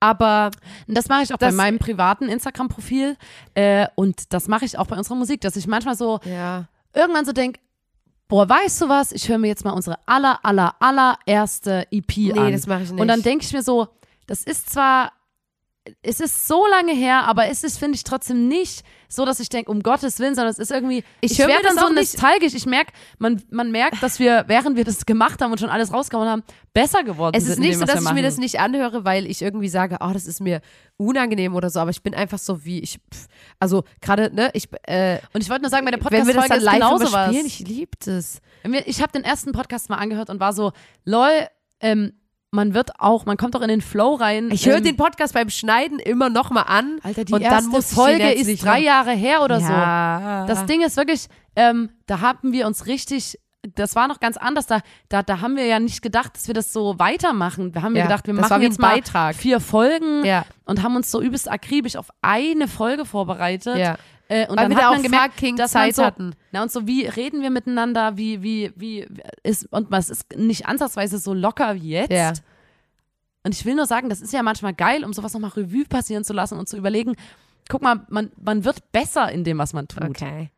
Speaker 3: aber
Speaker 2: Das mache ich auch bei
Speaker 3: Das-
Speaker 2: meinem privaten Instagram-Profil äh, und das mache ich auch bei unserer Musik, dass ich manchmal so
Speaker 3: ja.
Speaker 2: irgendwann so denke, boah, weißt du was, ich höre mir jetzt mal unsere aller, aller, allererste EP
Speaker 3: Nee,
Speaker 2: an.
Speaker 3: das mache ich nicht.
Speaker 2: Und dann denke ich mir so, das ist zwar, es ist so lange her, aber es ist, finde ich, trotzdem nicht so, dass ich denke, um Gottes Willen, sondern es ist irgendwie,
Speaker 3: Ich
Speaker 2: ich,
Speaker 3: höre mir
Speaker 2: werde dann
Speaker 3: das
Speaker 2: so
Speaker 3: auch nicht-
Speaker 2: nostalgisch. Ich merke, man, man merkt, dass wir, während wir das gemacht haben und schon alles rausgehauen haben, besser geworden
Speaker 3: es
Speaker 2: sind.
Speaker 3: ist
Speaker 2: in
Speaker 3: nicht
Speaker 2: dem,
Speaker 3: so,
Speaker 2: was wir
Speaker 3: dass ich mir
Speaker 2: machen.
Speaker 3: das nicht anhöre, weil ich irgendwie sage, oh, das ist mir unangenehm oder so, aber ich bin einfach so wie ich, pff, also gerade, ne, ich, äh,
Speaker 2: Und ich wollte nur sagen, bei der
Speaker 3: wenn wir das
Speaker 2: Podcast-Folge
Speaker 3: dann
Speaker 2: ist
Speaker 3: live
Speaker 2: genau
Speaker 3: immer
Speaker 2: sowas.
Speaker 3: spielen, ich liebe das.
Speaker 2: Wenn wir- Ich habe den ersten Podcast mal angehört und war so, lol, ähm, man wird auch, man kommt auch in den Flow rein.
Speaker 3: Ich höre
Speaker 2: ähm,
Speaker 3: den Podcast beim Schneiden immer nochmal an.
Speaker 2: Alter, die
Speaker 3: und
Speaker 2: erste
Speaker 3: dann muss
Speaker 2: Folge ist drei Jahre her oder
Speaker 3: ja.
Speaker 2: so. Das Ding ist wirklich, ähm, da haben wir uns richtig, das war noch ganz anders. Da, da, da haben wir ja nicht gedacht, dass wir das so weitermachen. Wir haben ja,
Speaker 3: Ja,
Speaker 2: gedacht, wir
Speaker 3: das war
Speaker 2: machen
Speaker 3: wie ein
Speaker 2: jetzt mal
Speaker 3: Beitrag.
Speaker 2: vier Folgen
Speaker 3: Ja.
Speaker 2: und haben uns so übelst akribisch auf eine Folge vorbereitet.
Speaker 3: Ja.
Speaker 2: Äh, und
Speaker 3: Weil
Speaker 2: dann
Speaker 3: wir
Speaker 2: hat
Speaker 3: da
Speaker 2: man
Speaker 3: auch
Speaker 2: gemerkt,
Speaker 3: fucking
Speaker 2: dass man
Speaker 3: Zeit
Speaker 2: so,
Speaker 3: hatten.
Speaker 2: Na und so, wie reden wir miteinander, wie, wie, wie ist, und was ist nicht ansatzweise so locker wie jetzt.
Speaker 3: Ja.
Speaker 2: Und ich will nur sagen, das ist ja manchmal geil, um sowas nochmal Revue passieren zu lassen und zu überlegen, guck mal, man, man wird besser in dem, was man tut.
Speaker 3: Okay.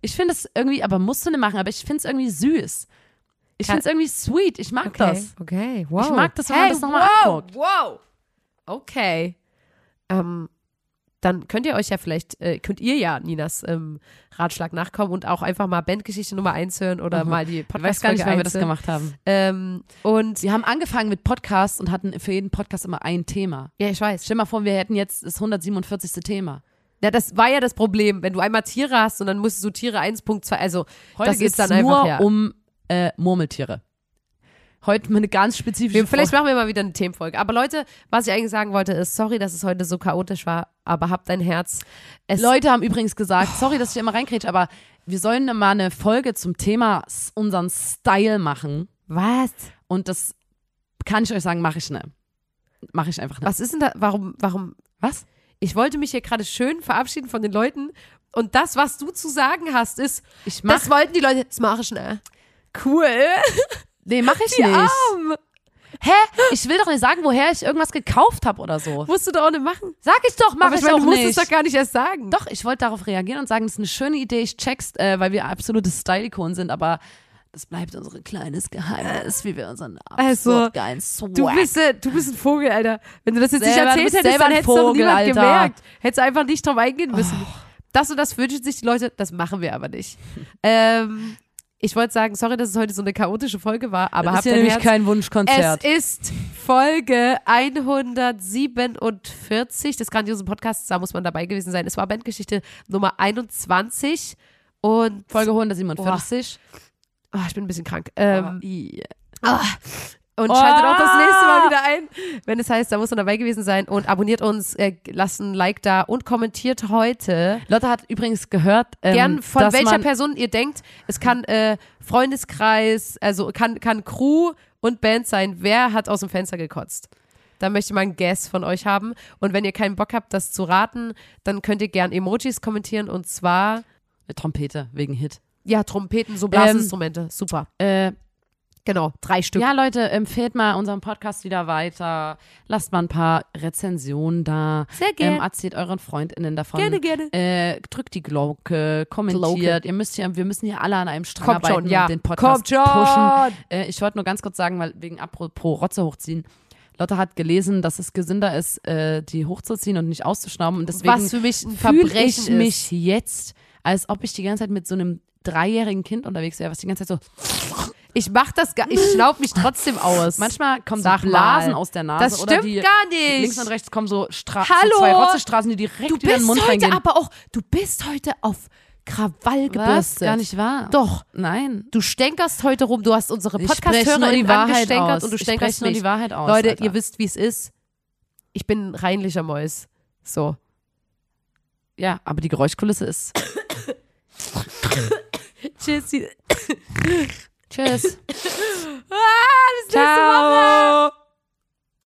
Speaker 2: Ich finde es irgendwie, aber musst du nicht machen, aber ich finde es irgendwie süß. Ich
Speaker 3: Kann-
Speaker 2: finde es irgendwie sweet. Ich mag
Speaker 3: Okay,
Speaker 2: das.
Speaker 3: okay, wow.
Speaker 2: Ich mag das, wenn man das nochmal
Speaker 3: wow,
Speaker 2: anguckt.
Speaker 3: wow. Okay. Ähm, dann könnt ihr euch ja vielleicht, äh, könnt ihr ja Ninas ähm, Ratschlag nachkommen und auch einfach mal Bandgeschichte Nummer 1 hören oder
Speaker 2: Mhm.
Speaker 3: mal die
Speaker 2: Ich weiß gar
Speaker 3: Podcast-Folge
Speaker 2: nicht, wann wir das
Speaker 3: 1 hören.
Speaker 2: gemacht haben.
Speaker 3: Ähm, und
Speaker 2: Wir haben angefangen mit Podcasts und hatten für jeden Podcast immer ein Thema.
Speaker 3: ja, ich weiß.
Speaker 2: Stell mal vor, wir hätten jetzt das 147. Thema.
Speaker 3: Ja, das war ja das Problem. Wenn du einmal Tiere hast und dann musst du Tiere 1.2, also
Speaker 2: Heute
Speaker 3: das
Speaker 2: geht's
Speaker 3: ist dann
Speaker 2: nur
Speaker 3: einfach, ja.
Speaker 2: um äh, Murmeltiere. Heute mal eine ganz spezifische
Speaker 3: Wir, vielleicht machen wir mal wieder eine Themenfolge. Aber Leute, was ich eigentlich sagen wollte, ist, sorry, dass es heute so chaotisch war, aber habt ein Herz. Es,
Speaker 2: Leute haben übrigens gesagt, sorry, dass ich immer reinkrätsche, aber wir sollen mal eine Folge zum Thema s- unseren Style machen.
Speaker 3: was?
Speaker 2: Und das kann ich euch sagen, mache ich ne. Mache ich einfach ne.
Speaker 3: Was ist denn da, warum, warum?
Speaker 2: Was?
Speaker 3: Ich wollte mich hier gerade schön verabschieden von den Leuten und das, was du zu sagen hast, ist,
Speaker 2: Ich mach,
Speaker 3: das wollten die Leute, das mache ich ne. Cool.
Speaker 2: nee, mache ich nicht. Hä? Ich will doch nicht sagen, woher ich irgendwas gekauft habe oder so.
Speaker 3: Musst du doch auch nicht machen.
Speaker 2: Sag ich doch, mache
Speaker 3: aber
Speaker 2: ich,
Speaker 3: meine,
Speaker 2: auch
Speaker 3: du musst
Speaker 2: nicht.
Speaker 3: es doch gar nicht erst sagen.
Speaker 2: Doch, ich wollte darauf reagieren und sagen, das ist eine schöne Idee, ich check's, äh, weil wir absolute Style-Ikonen sind, aber das bleibt unser kleines Geheimnis, wie wir unseren
Speaker 3: Also,
Speaker 2: absolut geilen Swag.
Speaker 3: Du bist, äh, du bist ein Vogel, Alter. Wenn du das jetzt
Speaker 2: Selber, du
Speaker 3: nicht
Speaker 2: bist
Speaker 3: erzählt hättest,
Speaker 2: selber
Speaker 3: dann
Speaker 2: ein
Speaker 3: hättest du
Speaker 2: Vogel,
Speaker 3: niemand
Speaker 2: Alter. Oh.
Speaker 3: gemerkt. Hättest einfach nicht drauf eingehen müssen. Das und das wünschen sich die Leute, das machen wir aber nicht. ähm, ich wollte sagen, sorry, dass es heute so eine chaotische Folge war, aber
Speaker 2: das ist
Speaker 3: habt
Speaker 2: ja
Speaker 3: ein
Speaker 2: nämlich
Speaker 3: Herz.
Speaker 2: kein Wunschkonzert.
Speaker 3: es ist Folge 147 des grandiosen Podcasts. Da muss man dabei gewesen sein. Es war Bandgeschichte Nummer 21 und
Speaker 2: Folge 147.
Speaker 3: oh, ich bin ein bisschen krank.
Speaker 2: Aber-
Speaker 3: Ähm,
Speaker 2: I.
Speaker 3: Und schaltet auch das nächste Mal wieder ein, wenn es heißt, da muss man dabei gewesen sein. Und abonniert uns, äh, lasst ein Like da und kommentiert heute
Speaker 2: Lotte hat übrigens gehört, ähm,
Speaker 3: gern, von
Speaker 2: dass
Speaker 3: welcher
Speaker 2: man,
Speaker 3: Person ihr denkt. Es kann äh, Freundeskreis, also kann, kann Crew und Band sein. Wer hat aus dem Fenster gekotzt? Da möchte ich mal ein Guess von euch haben. Und wenn ihr keinen Bock habt, das zu raten, dann könnt ihr gern Emojis kommentieren und zwar,
Speaker 2: Eine Trompete wegen Hit.
Speaker 3: ja, Trompeten, so Blasinstrumente. Super.
Speaker 2: Äh,
Speaker 3: Ähm, Genau, drei Stück.
Speaker 2: ja, Leute, empfehlt mal unseren Podcast wieder weiter. Lasst mal ein paar Rezensionen da.
Speaker 3: Sehr
Speaker 2: Ähm, erzählt euren Freundinnen davon.
Speaker 3: gerne, gerne.
Speaker 2: Äh, drückt die Glocke, kommentiert.
Speaker 3: Glocke.
Speaker 2: Ihr müsst ja, wir müssen hier alle an einem Strang
Speaker 3: Kommt
Speaker 2: arbeiten
Speaker 3: schon, ja.
Speaker 2: und den Podcast
Speaker 3: Kommt schon.
Speaker 2: pushen. Äh, ich wollte nur ganz kurz sagen, weil wegen apropos Rotze hochziehen. Lotte hat gelesen, dass es gesünder ist, äh, die hochzuziehen und nicht auszuschnauben. Und deswegen
Speaker 3: was für mich ein
Speaker 2: fühle
Speaker 3: Verbrechen
Speaker 2: ich mich jetzt, als ob ich die ganze Zeit mit so einem dreijährigen Kind unterwegs wäre, was die ganze Zeit so.
Speaker 3: ist. Ich mach das gar, ich schnaub mich trotzdem aus.
Speaker 2: Manchmal kommen
Speaker 3: Sag
Speaker 2: so Blasen
Speaker 3: mal.
Speaker 2: aus der Nase
Speaker 3: das
Speaker 2: oder
Speaker 3: stimmt
Speaker 2: die
Speaker 3: gar nicht.
Speaker 2: links und rechts kommen so, Stra
Speaker 3: Hallo?
Speaker 2: so zwei Rotzestraßen, die direkt
Speaker 3: du
Speaker 2: in den
Speaker 3: bist
Speaker 2: Mund
Speaker 3: heute
Speaker 2: reingehen.
Speaker 3: aber auch, du bist heute auf Krawall
Speaker 2: was?
Speaker 3: gebürstet.
Speaker 2: Gar nicht wahr.
Speaker 3: Doch.
Speaker 2: Nein.
Speaker 3: Du stänkerst heute rum. Du hast unsere
Speaker 2: Ich spreche nur die
Speaker 3: Podcast-Hörerin
Speaker 2: Wahrheit
Speaker 3: angestänkert
Speaker 2: aus.
Speaker 3: und du
Speaker 2: ich spreche
Speaker 3: stänkerst
Speaker 2: nur
Speaker 3: mich.
Speaker 2: die Wahrheit aus.
Speaker 3: Leute,
Speaker 2: Alter.
Speaker 3: ihr wisst, wie es ist. Ich bin ein reinlicher Mäus. So.
Speaker 2: Ja, aber die Geräuschkulisse ist.
Speaker 3: Tschüss.
Speaker 2: Tschüss.
Speaker 3: Ciao.